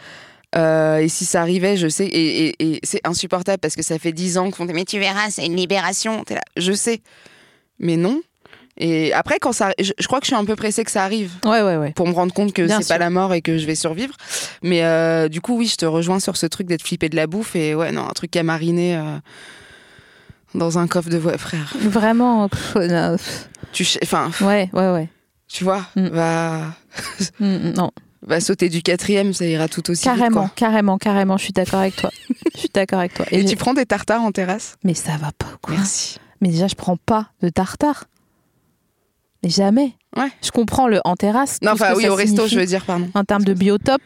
Euh, et si ça arrivait, je sais, et, et- et c'est insupportable parce que ça fait 10 ans qu'on dit mais tu verras, c'est une libération. T'es là, je sais, mais non. Et après, quand ça, je, je crois que je suis un peu pressée que ça arrive
Ouais, ouais, ouais.
pour me rendre compte que
Bien
c'est pas
sûr.
la mort et que je vais survivre. Mais euh, du coup, oui, je te rejoins sur ce truc d'être flippé de la bouffe et ouais, non, un truc à mariner euh, dans un coffre de voix, frère.
Vraiment. pff, euh, pff.
Tu, ch- enfin,
ouais, ouais, ouais.
tu vois,
Mm.
va,
Mm, non.
va sauter du quatrième, ça ira tout aussi vite,
Carrément,
quoi.
carrément, carrément, je suis d'accord avec
(laughs)
toi. je suis d'accord avec toi. Et
Et
j'ai-
tu prends des tartares en terrasse
Mais ça va pas ou quoi
Merci.
Mais déjà, je prends pas de tartare. Mais jamais.
Ouais.
Je comprends le en terrasse.
Non,
tout ce
enfin
que
oui,
ça
au resto,
signifie
je veux dire, pardon.
En termes de biotope.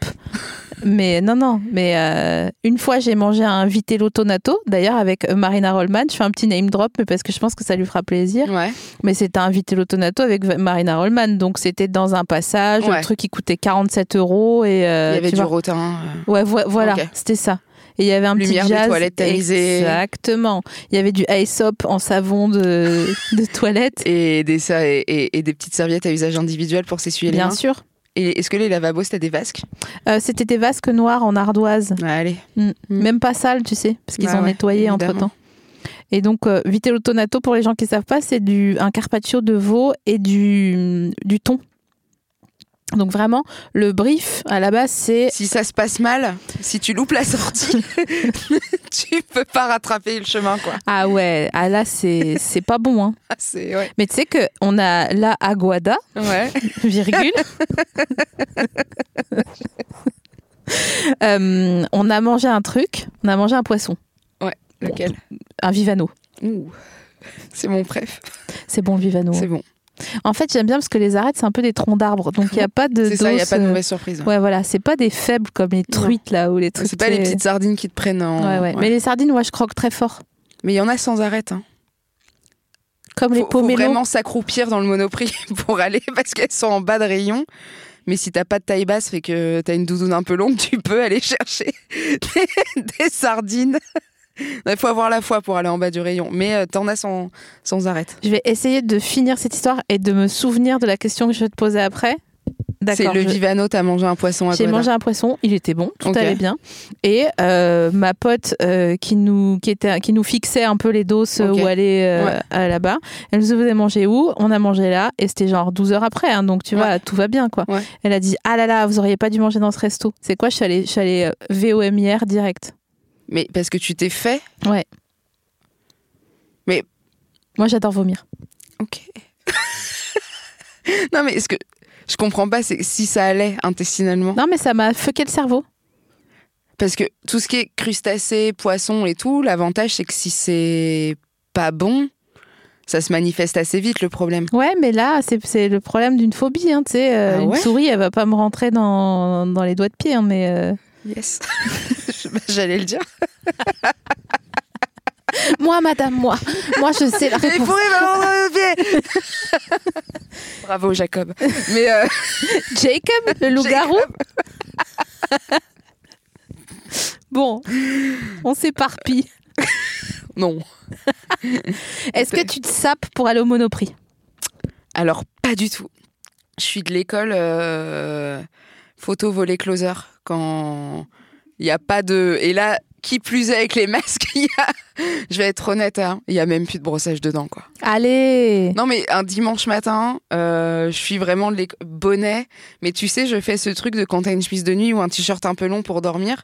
mais non, non. Mais euh, une fois, j'ai mangé un vitello tonato, d'ailleurs, avec euh, Marina Rollman. Je fais un petit name drop, mais parce que je pense que ça lui fera plaisir.
Ouais.
Mais c'était un vitello tonato avec Va- Marina Rollman. Donc, c'était dans un passage,
Ouais.
le truc qui coûtait 47 euros. Et, euh,
Il y avait
tu
du
vois,
rotin. euh.
Ouais, vo- voilà,
Ok.
c'était ça. Et il y avait un
Lumière
petit
des
jazz.
toilettes tamisées.
Exactement. Il y avait du Aesop en savon de, (laughs) de toilette.
Et des, ça, et, et- et des petites serviettes à usage individuel pour s'essuyer les
Bien
mains.
sûr.
Et est-ce que les lavabos, t'as des vasques
Euh, c'était des vasques noires en ardoise.
Ouais, Allez.
Mm.
Mm.
Même pas sales, tu sais, parce qu'ils
Bah
ont
ouais,
nettoyé
évidemment.
entre temps. Et donc, euh, vitello tonato, pour les gens qui savent pas, c'est du, un carpaccio de veau et du, du thon. Donc vraiment, le brief à la base, c'est
Si ça se passe mal, si tu loupes la sortie, (laughs) tu peux pas rattraper le chemin, quoi.
ah ouais, ah là
(laughs)
c'est c'est pas bon. Hein.
Ah, C'est ouais.
Mais tu sais que on a la aguada
Ouais. (laughs)
virgule. Euh, on a mangé un truc, on a mangé un poisson,
Lequel
un vivano.
Ouh. C'est mon préf.
C'est bon le vivano.
C'est bon.
En fait, j'aime bien parce que les arêtes, c'est un peu des troncs d'arbres, donc il n'y a pas de.
C'est ça, il n'y a
dose,
pas de
euh,
mauvaise surprise.
Ouais, voilà, c'est pas des faibles comme les truites là ou les trucs.
C'est pas les
euh,
petites sardines qui te prennent en.
Ouais, ouais.
ouais.
Mais les sardines, moi, je croque très fort.
Mais il y en a sans arrêt. Hein.
Comme les
faut, faut
pomélos.
vraiment s'accroupir dans le monoprix (laughs) pour aller parce qu'elles sont en bas de rayon. Mais si t'as pas de taille basse et que t'as une doudoune un peu longue, tu peux aller (laughs) chercher des, des sardines. Il faut avoir la foi pour aller en bas du rayon. Mais euh, t'en as sans, sans arrêt.
Je vais essayer de finir cette histoire et de me souvenir de la question que je vais te poser après.
C'est
D'accord.
le
je-
Vivano, t'as mangé un poisson à
J'ai
Guada.
mangé un poisson, il était bon, tout
Ok.
allait bien. Et euh, ma pote euh, qui, nous, qui, était, qui nous fixait un peu les doses euh,
Ok.
où aller euh,
Ouais.
à là-bas, elle nous faisait manger où On a mangé là et c'était genre 12 heures après, hein, donc tu vois,
Ouais.
tout va bien quoi.
Ouais.
Elle a dit Ah là là, vous auriez pas dû manger dans ce resto. C'est quoi Je suis allée, je suis allée euh, VOM hier direct.
Mais parce que tu t'es fait.
Moi j'adore vomir.
Ok. (laughs) non, mais ce que je comprends pas, c'est si ça allait intestinalement.
Non mais ça m'a fucké le cerveau.
Parce que tout ce qui est crustacés, poissons et tout, l'avantage c'est que si c'est pas bon, ça se manifeste assez vite le problème.
Ouais, mais là, c'est c'est le problème d'une phobie. Hein, tu sais, euh,
Ah
une
ouais
souris, elle va pas me rentrer dans, dans les doigts de pied. hein, mais euh,
Yes. (laughs) bah, J'allais le dire.
moi, madame, moi, moi, je (laughs) sais la
Et
réponse.
(laughs) Bravo Jacob. Mais euh,
Jacob, le loup-garou. (laughs) bon, on s'éparpille.
non.
Est-ce que tu te sapes pour aller au Monoprix
Alors pas du tout. Je suis de l'école euh, photo volet closer quand il n'y a pas de et là qui plus est avec les masques, (laughs) il y a... je vais être honnête, hein, il y a même plus de brossage dedans quoi.
Allez.
Non, mais un dimanche matin, euh, je suis vraiment de l'éco- bonnet. Mais tu sais, je fais ce truc de quand t'as une chemise de nuit ou un t-shirt un peu long pour dormir.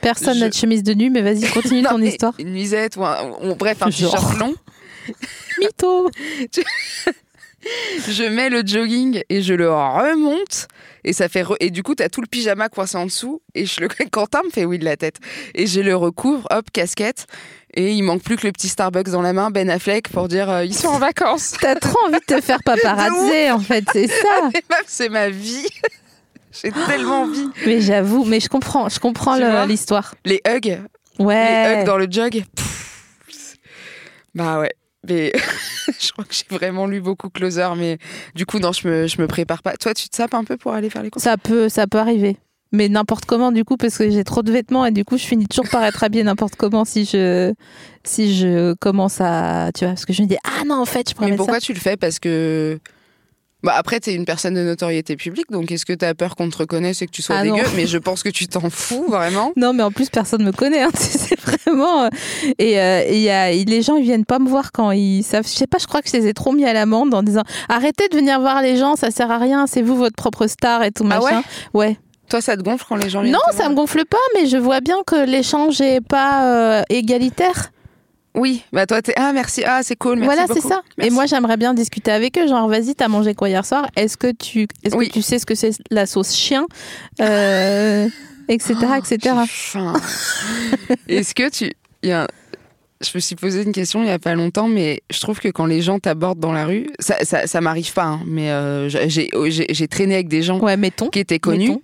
Personne n'a
je-
de chemise de nuit, mais vas-y, continue
Non,
ton (laughs)
mais
histoire.
Une nuisette ou un. ou- bref, un
Genre.
t-shirt long.
Mytho.
Je mets le jogging et je le remonte. Et ça fait. re- et du coup, t'as tout le pyjama coincé en dessous. Et je le. (laughs) Quentin me fait oui de la tête. Et je le recouvre, hop, casquette. Et il manque plus que le petit Starbucks dans la main, Ben Affleck, pour dire euh, ils sont en vacances. (laughs)
T'as trop envie de te faire paparazzer, en fait, c'est ça.
Et meuf, c'est ma vie. (laughs) J'ai tellement envie.
Mais j'avoue, mais je comprends, je comprends
Tu
le-
vois
l'histoire.
Les hugs, les
Ouais.
hugs dans le jog. Pff. Bah ouais. Mais (laughs) je crois que j'ai vraiment lu beaucoup Closer, mais du coup, non, je me, je me prépare pas. Toi, tu te sapes un peu pour aller faire les courses
Ça peut, ça peut arriver. Mais n'importe comment, du coup, parce que j'ai trop de vêtements et du coup, je finis toujours par être habillée n'importe comment si je, si je commence à. Tu vois, parce que je me dis, ah non, en fait, je pourrais
Mais
mettre ça.
pourquoi tu le fais Parce que. Bah après, t'es une personne de notoriété publique, donc est-ce que t'as peur qu'on te reconnaisse et que tu sois
Ah non.
dégueu Mais je pense que tu
(laughs)
t'en fous vraiment.
Non, mais en plus, personne me connaît. hein, (laughs) tu sais, c'est vraiment. euh, Et, euh, et il y a- et les gens, ils viennent pas me voir quand ils savent. Je sais pas, je crois que je les ai trop mis à l'amende en disant arrêtez de venir voir les gens, ça sert à rien, c'est vous votre propre star et tout
Ah
machin. ouais.
Toi, ça te gonfle quand les gens viennent
Non,
te
ça
voir
me gonfle pas, mais je vois bien que l'échange est pas euh, égalitaire.
Oui, bah toi, t'es. Ah merci, ah c'est cool, merci.
voilà, c'est
beaucoup.
ça.
Merci.
Et moi, j'aimerais bien discuter avec eux. Genre, vas-y, t'as mangé quoi hier soir Est-ce que tu, est-ce
Oui.
que tu sais ce que c'est la sauce chien Euh, Etc. etc.
J'ai faim. Est-ce que tu. il y a un- Je me suis posé une question il n'y a pas longtemps, mais je trouve que quand les gens t'abordent dans la rue, ça, ça, ça m'arrive pas, hein, mais euh, j'ai- j'ai j'ai traîné avec des gens
Ouais, mettons.
qui étaient connus.
mettons.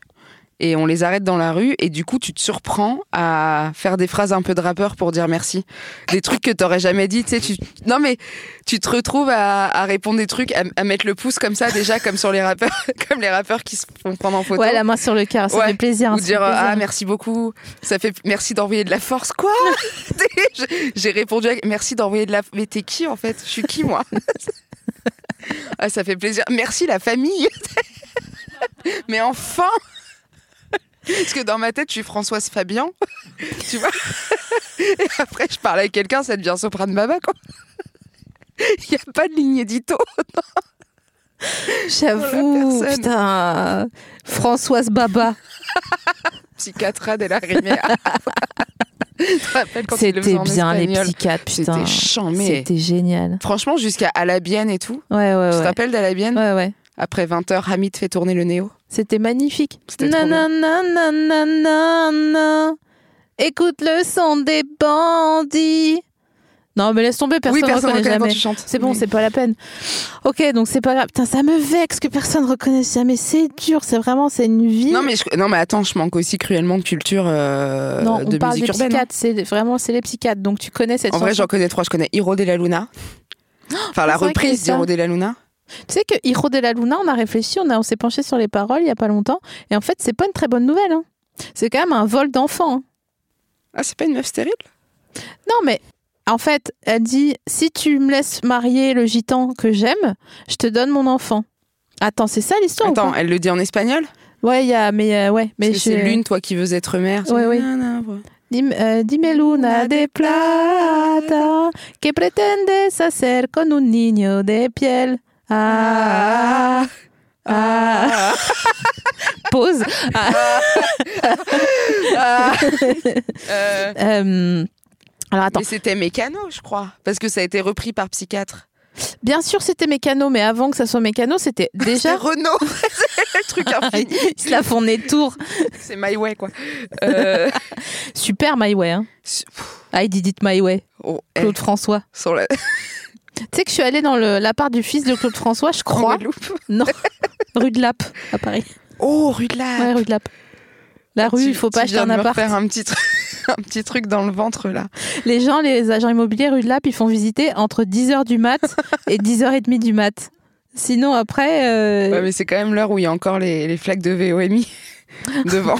Et on les arrête dans la rue, et du coup, tu te surprends à faire des phrases un peu de rappeur pour dire merci. Des trucs que t'aurais jamais dit, tu sais. Tu... Non, mais tu te retrouves à, à répondre des trucs, à, à mettre le pouce comme ça, déjà, comme sur les rappeurs, (laughs) comme les rappeurs qui se font prendre en photo.
Ouais, la main sur le cœur, ça
Ouais.
fait plaisir. hein,
Ou
ça
dire
fait plaisir.
ah merci beaucoup, ça fait merci d'envoyer de la force quoi. (laughs) Je- J'ai répondu avec, merci d'envoyer de la mais t'es qui en fait Je suis qui moi (laughs) Ah ça fait plaisir. Merci la famille. (laughs) mais enfin Parce que dans ma tête je suis Françoise Fabian, tu vois. (laughs) Et après je parle avec quelqu'un, ça devient Soprane Baba quoi. Il n'y a pas de ligne édito.
J'avoue,
personne.
putain. Françoise Baba,
Psychiatra de la Riviera. (laughs) Tu te rappelles (laughs) quand ils le faisaient
c'était
en
bien les
espagnol
psychiatres, putain.
C'était chambé.
C'était génial.
Franchement, jusqu'à Alabienne et tout.
Ouais, ouais,
Tu te
ouais.
rappelles d'Alabienne
Ouais, ouais.
Après 20h, Hamid fait tourner le néo.
C'était magnifique.
C'était trop bien.
Nananananana. Écoute le son des bandits. Non, mais laisse tomber, personne
oui,
ne
personne
reconnaît
reconnaît quand
jamais.
tu chantes.
C'est bon,
Oui.
c'est pas la peine. Ok, donc c'est pas grave. Putain, ça me vexe que personne reconnaisse jamais. C'est dur, c'est vraiment, c'est une vie.
Non mais, je- non, mais attends, je manque aussi cruellement de culture euh,
Non, on
de
parle des
musique urbaine.
psychiatres. C'est vraiment, c'est les psychiatres. Donc tu connais cette
En vrai,
chanson.
j'en connais trois. Je connais Hiro de la Luna. Enfin, la
Oh, c'est vrai qu'il y a
reprise
ça.
d'Hiro de la Luna.
Tu sais que Hiro de la Luna, on a réfléchi, on, a- on s'est penché sur les paroles il y a pas longtemps. Et en fait, c'est pas une très bonne nouvelle. hein. C'est quand même un vol d'enfant. hein.
Ah, c'est pas une meuf stérile
Non, mais en fait, elle dit si tu me laisses marier le gitan que j'aime, je te donne mon enfant. Attends, c'est ça l'histoire ou
Attends,
pas
elle le dit en espagnol
Ouais, il y a, mais euh, ouais, mais
Parce que c'est
je-
l'une, toi qui veux être mère.
Ouais, ouais.
ouais.
Dim- euh, Dime luna de plata que pretendes hacer con un niño de piel. Ah, ah,
Ah. (laughs)
pause. (laughs)
Ah. Euh,
Euh, alors attends.
Mais c'était Mécano, je crois. Parce que ça a été repris par Psychiatre.
Bien sûr, c'était Mécano, mais avant que ça soit Mécano, c'était
C'est
déjà. (laughs)
Renault C'est le truc
Ah,
infini.
Ils se la font des tours.
C'est My Way, quoi. Euh,
Super My Way. Hein.
su-
I did it my way.
oh, eh,
Claude François.
sur la
Tu sais que je suis allée dans le- l'appart du fils de Claude François, je
en
crois.
Guadeloupe.
Non, (laughs) rue de Lappe, à Paris.
Oh, rue de la...
Ouais, rue de Lappe.
Ah,
La rue, il faut pas acheter un appart.
faire un petit, tru- (laughs) un petit truc dans le ventre, là.
Les gens, les agents immobiliers rue de Lappe, ils font visiter entre 10h du mat et 10h30 du mat. Sinon, après. euh,
Ouais, mais c'est quand même l'heure où il y a encore les, les flaques de VOMI (laughs)
(laughs)
devant,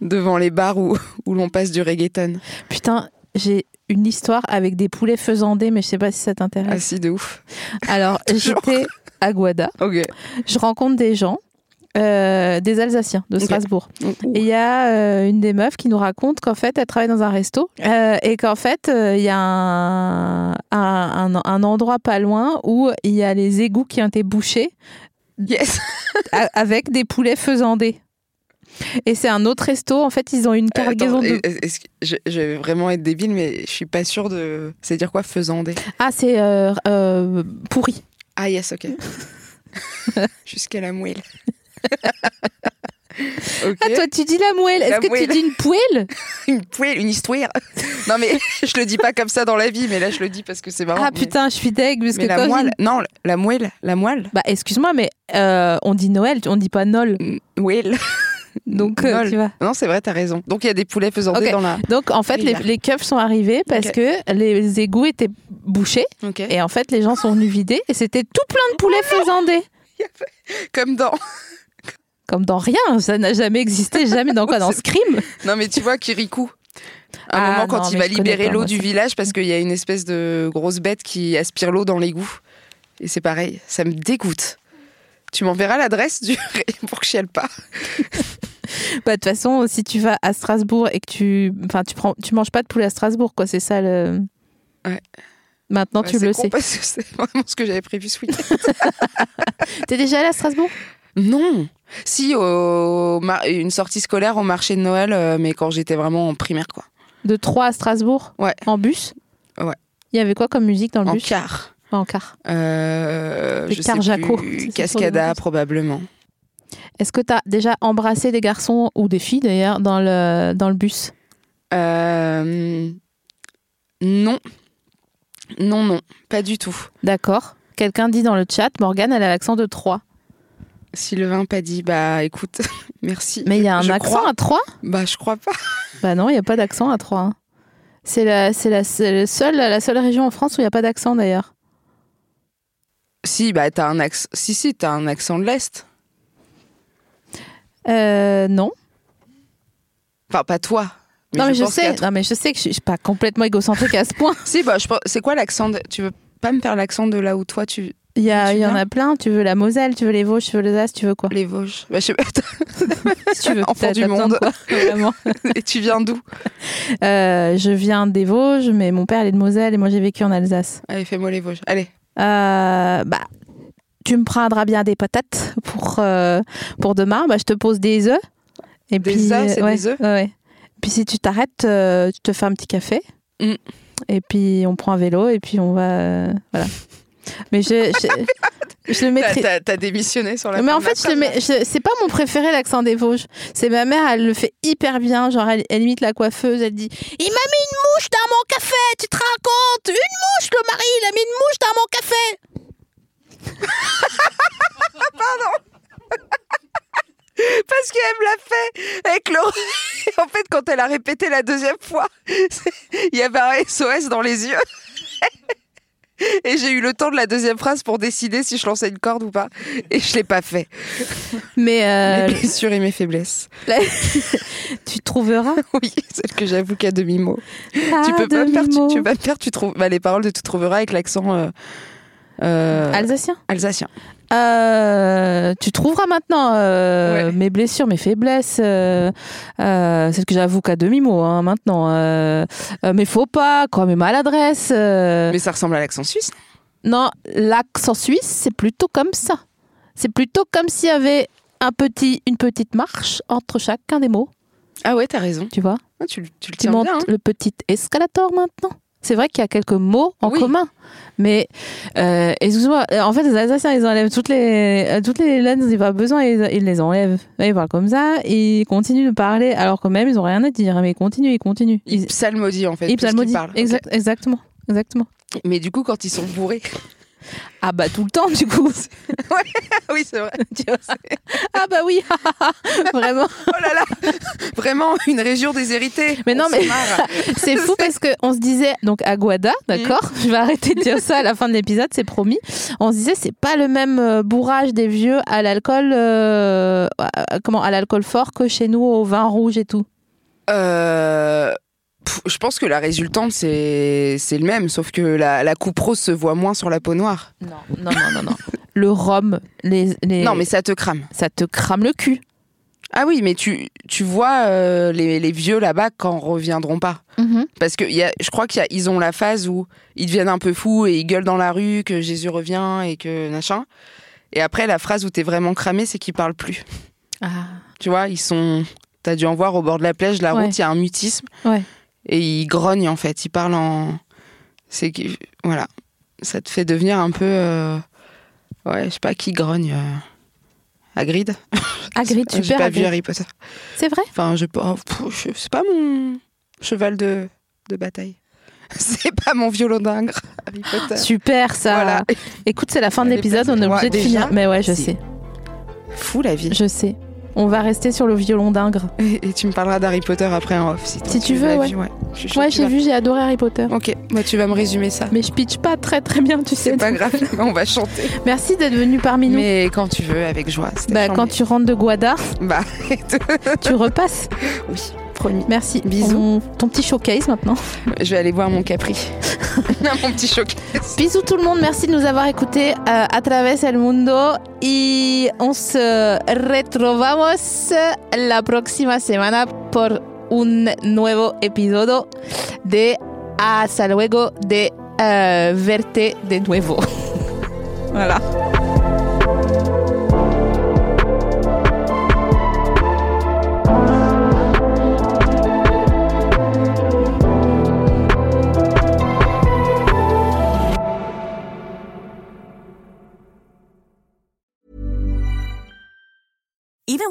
devant les bars où, où l'on passe du reggaeton.
Putain, j'ai une histoire avec des poulets faisandés, mais je sais pas si ça
Ah
t'intéresse.
si, de ouf.
Alors,
Ah, toujours.
j'étais à Guada.
Ok.
Je rencontre des gens, euh, des Alsaciens de
Ok.
Strasbourg.
Ouh.
Et il y a euh, une des meufs qui nous raconte qu'en fait, elle travaille dans un resto euh, et qu'en fait, euh, il y a un, un, un- un endroit pas loin où il y a les égouts qui ont été bouchés
Yes
a- avec des poulets faisandés. Et c'est un autre resto, en fait, ils ont une cargaison
Attends,
de...
est-ce que- je, je vais vraiment être débile, mais je suis pas sûre de... C'est dire quoi, faisant des...
Ah, c'est euh, euh, pourri.
Ah yes, (laughs) ok. Jusqu'à la mouille. (laughs) ok.
Ah, toi, tu dis la moelle. Est-ce
La
que
moelle. Oh,
tu dis une poêle
une poêle, une histoire. (laughs) non mais je le dis pas comme ça dans la vie, mais là je le dis parce que c'est marrant.
Ah,
mais-
putain, je suis deg. Parce
Mais
que
la
quand je dis-
moelle, non, la moelle, la moelle,
Bah, excuse-moi, mais euh, on dit Noël, on dit pas Nol.
moelle.
Donc, euh,
Nol.
tu vois.
Non, c'est vrai, t'as raison. Donc il y a des poulets faisant
Ok.
dans la.
Donc, en fait, les,
Bizarre.
les keufs sont arrivés parce
Ok.
que les égouts étaient bouchés.
Ok.
Et en fait, les gens sont venus vider. Et c'était tout plein de poulets
Oh
faisandés.
Comme dans.
Comme dans rien, ça n'a jamais
(laughs)
existé, jamais dans quoi Dans
C'est-
Scream
Non, mais tu vois, Kirikou. À un
Ah,
moment, quand
non,
il
mais
va
je connais
libérer
pas,
l'eau
moi,
du
ça.
village, parce qu'il y a une espèce de grosse bête qui aspire l'eau dans l'égout. Et c'est pareil, ça me dégoûte. Tu m'enverras l'adresse du (laughs) pour que je chiale pas.
Bah, De toute façon, si tu vas à Strasbourg et que tu. Enfin, tu, prends... tu manges pas de poulet à Strasbourg, quoi. C'est ça le.
Ouais.
Maintenant,
Bah,
tu
c'est
le
con
sais.
Parce que c'est vraiment ce que j'avais prévu ce
(laughs)
week-end.
T'es déjà allé à Strasbourg
non Si, au mar- une sortie scolaire au marché de Noël, euh, mais quand j'étais vraiment en primaire, quoi.
De Troyes à Strasbourg
Ouais.
En bus
Ouais.
Il y avait quoi comme musique dans le
En
bus
quart.
Ouais, En car.
Euh,
Des
je
quarts
sais
Jaco.
plus,
Ça, (laughs) c'est
Cascada,
probablement.
probablement.
Est-ce que t'as déjà embrassé des garçons ou des filles d'ailleurs dans le, dans le bus
Euh, non. Non, non, pas du tout.
D'accord. Quelqu'un dit dans le chat, Morgane, elle a l'accent de Troyes.
Sylvain pas dit, bah écoute, (laughs) merci.
Mais il y a un
Je
accent
crois.
à Troyes
Bah je crois pas.
Bah non, il n'y a pas d'accent à Troyes. hein. C'est la, c'est la, c'est le seul- la seule région en France où il n'y a pas d'accent d'ailleurs.
Si, bah t'as un accent. Si, si, t'as un accent de l'Est.
Euh, non.
Enfin, pas toi.
non, mais je
pense qu'à
sais.
toi.
Non, mais je sais que je suis je suis pas complètement égocentrique à ce
(laughs)
point.
Si, bah je pense. C'est quoi l'accent de... Tu veux pas me faire l'accent de là où toi tu.
Il y, a-
Tu
il y en
viens
a plein. Tu veux la Moselle, tu veux les Vosges, tu veux l'Alsace, tu veux quoi
Les Vosges. Bah je sais pas.
(laughs) Si tu veux.
(laughs) Enfant
T'as-
du
t'as besoin de
monde.
quoi, vraiment.
Et tu viens d'où
Euh, je viens des Vosges, mais mon père il est de Moselle et moi j'ai vécu en Alsace.
Allez, fais-moi les Vosges. Allez.
Euh, bah, tu me prendras bien des patates pour, euh, pour demain. Bah, je te pose des œufs. Et
Des
puis,
œufs, c'est
ouais,
des œufs
ouais, ouais. Puis si tu t'arrêtes, euh, je te fais un petit café.
Mm.
Et puis on prend un vélo et puis on va. euh, voilà. Mais je,
(laughs)
je, je le
Oh T'as-
maîtrise.
T'as t'as démissionné sur la
Mais en
forme
fait, je le mets- je- c'est pas mon préféré l'accent des Vosges. C'est ma mère, elle le fait hyper bien. Genre, elle, elle imite la coiffeuse, elle dit Il m'a mis une mouche dans mon café, tu te racontes Une mouche, le mari, il a mis une mouche dans mon café
Parce qu'elle me l'a fait avec le... (laughs) En fait, quand elle a répété la deuxième fois, (laughs) c'est- il y avait un SOS dans les yeux. (laughs) Et j'ai eu le temps de la deuxième phrase pour décider si je lançais une corde ou pas. Et je l'ai pas fait.
Mais
(laughs)
euh,
Mes blessures et mes faiblesses.
(laughs)
(laughs)
tu trouveras.
Oui, celle que j'avoue qu'à demi-mot. (laughs) tu
Ah,
peux pas me faire, tu,
demi-mot.
tu vas me faire, tu trouves, bah, les paroles de Tu trouveras avec l'accent euh, euh,
Alsacien.
alsacien.
Euh, tu trouveras maintenant euh,
Ouais.
mes blessures, mes faiblesses, euh, euh, celles que j'avoue qu'à demi-mot hein, maintenant. Euh, euh, mes faux pas, quoi, mes maladresses. euh.
Mais ça ressemble à l'accent suisse.
Non, l'accent suisse, c'est plutôt comme ça. C'est plutôt comme s'il y avait un petit, une petite marche entre chacun des mots,
Ah ouais, t'as raison.
tu vois.
Ah, tu, le-
Tu
tu le tiens
montes
bien. hein.
le petit escalator maintenant. C'est vrai qu'il y a quelques mots en
Oui.
commun, mais euh, excuse-moi, euh, en fait, les Alsaciens, ils enlèvent toutes les, euh, toutes les lettres, ils pas besoin, ils, ils les enlèvent. Ils parlent comme ça, ils continuent de parler, alors quand même, ils ont rien à dire, mais ils continuent, ils continuent.
Ils psalmodient en fait.
ils
plus qu'ils
psalmodient.
parlent.
Exact- Exactement, exactement.
Ok. Mais du coup, quand ils sont bourrés.
Ah bah tout le temps, du coup. (laughs)
Ah (laughs) oui, c'est vrai.
Tu vois, c'est- ah bah oui, (laughs) vraiment.
Oh là là (laughs) Vraiment une région déshéritée.
Mais non,
On s'en
mais- (laughs)
marre.
C'est fou parce que on se disait donc Aguada,
Mm.
d'accord Je vais arrêter de dire ça à la fin de l'épisode, c'est promis. On se disait c'est pas le même euh, bourrage des vieux à l'alcool, euh, à- à- comment à l'alcool fort que chez nous au vin rouge et tout.
Euh, pff, je pense que la résultante, c'est c'est le même, sauf que la, la coupe rose se voit moins sur la peau noire.
Non, non, non, non, non. (laughs) Le rhum, les, les-
Non, mais ça te crame.
ça te crame le cul.
Ah oui, mais tu, tu vois euh, les, les vieux là-bas quand reviendront pas. Parce que il y a, je crois qu'ils ont la phase où ils deviennent un peu fous et ils gueulent dans la rue que Jésus revient et que machin. Et après, la phrase où t'es vraiment cramé, c'est qu'ils parlent plus.
Ah.
Tu vois, ils sont. T'as dû en voir au bord de la plage, de la
Ouais.
route, il y a un mutisme.
Ouais.
Et ils grognent, en fait. Ils parlent en. C'est que. Voilà. Ça te fait devenir un peu. euh, Ouais, je sais pas qui grogne. euh, Hagrid
Hagrid,
J'ai
Ah, super
pas vu
Hagrid.
Harry Potter.
C'est vrai
Enfin, je. oh, pff, je- C'est pas mon cheval de, de bataille. (laughs) C'est pas mon violon d'ingres, Harry Potter.
Super ça.
Voilà.
Écoute, c'est la fin de
Elle est
l'épisode, on est
moi,
obligé de
déjà,
finir. Mais ouais, je
si.
sais,
Fou la vie.
je sais. On va rester sur le violon d'Ingres.
Et, et tu me parleras d'Harry Potter après en off. Si, toi,
tu veux,
l'as
ouais.
vu, Je suis sûre
Ouais,
que tu
j'ai vu, j'ai adoré Harry Potter.
l'as. Ok, bah, tu vas me résumer ça.
Mais je pitch pas très très bien, tu sais.
C'est pas grave, on va chanter.
Merci d'être venu parmi nous.
Mais quand tu veux, avec joie. c'était
Bah, quand
chambé.
tu rentres de Guada,
Bah, (laughs)
tu repasses.
oui, promis.
Merci.
Bisous.
On- Ton petit showcase maintenant.
Je vais aller voir mon
(laughs)
Capri. (laughs) mon petit choc.
Bisous tout le monde. Merci de nous avoir écoutés euh, à travers el mundo. Y on se retrobamos la próxima semana por un nuevo episodio de Hasta luego de euh, Verte de nuevo. voilà.
Even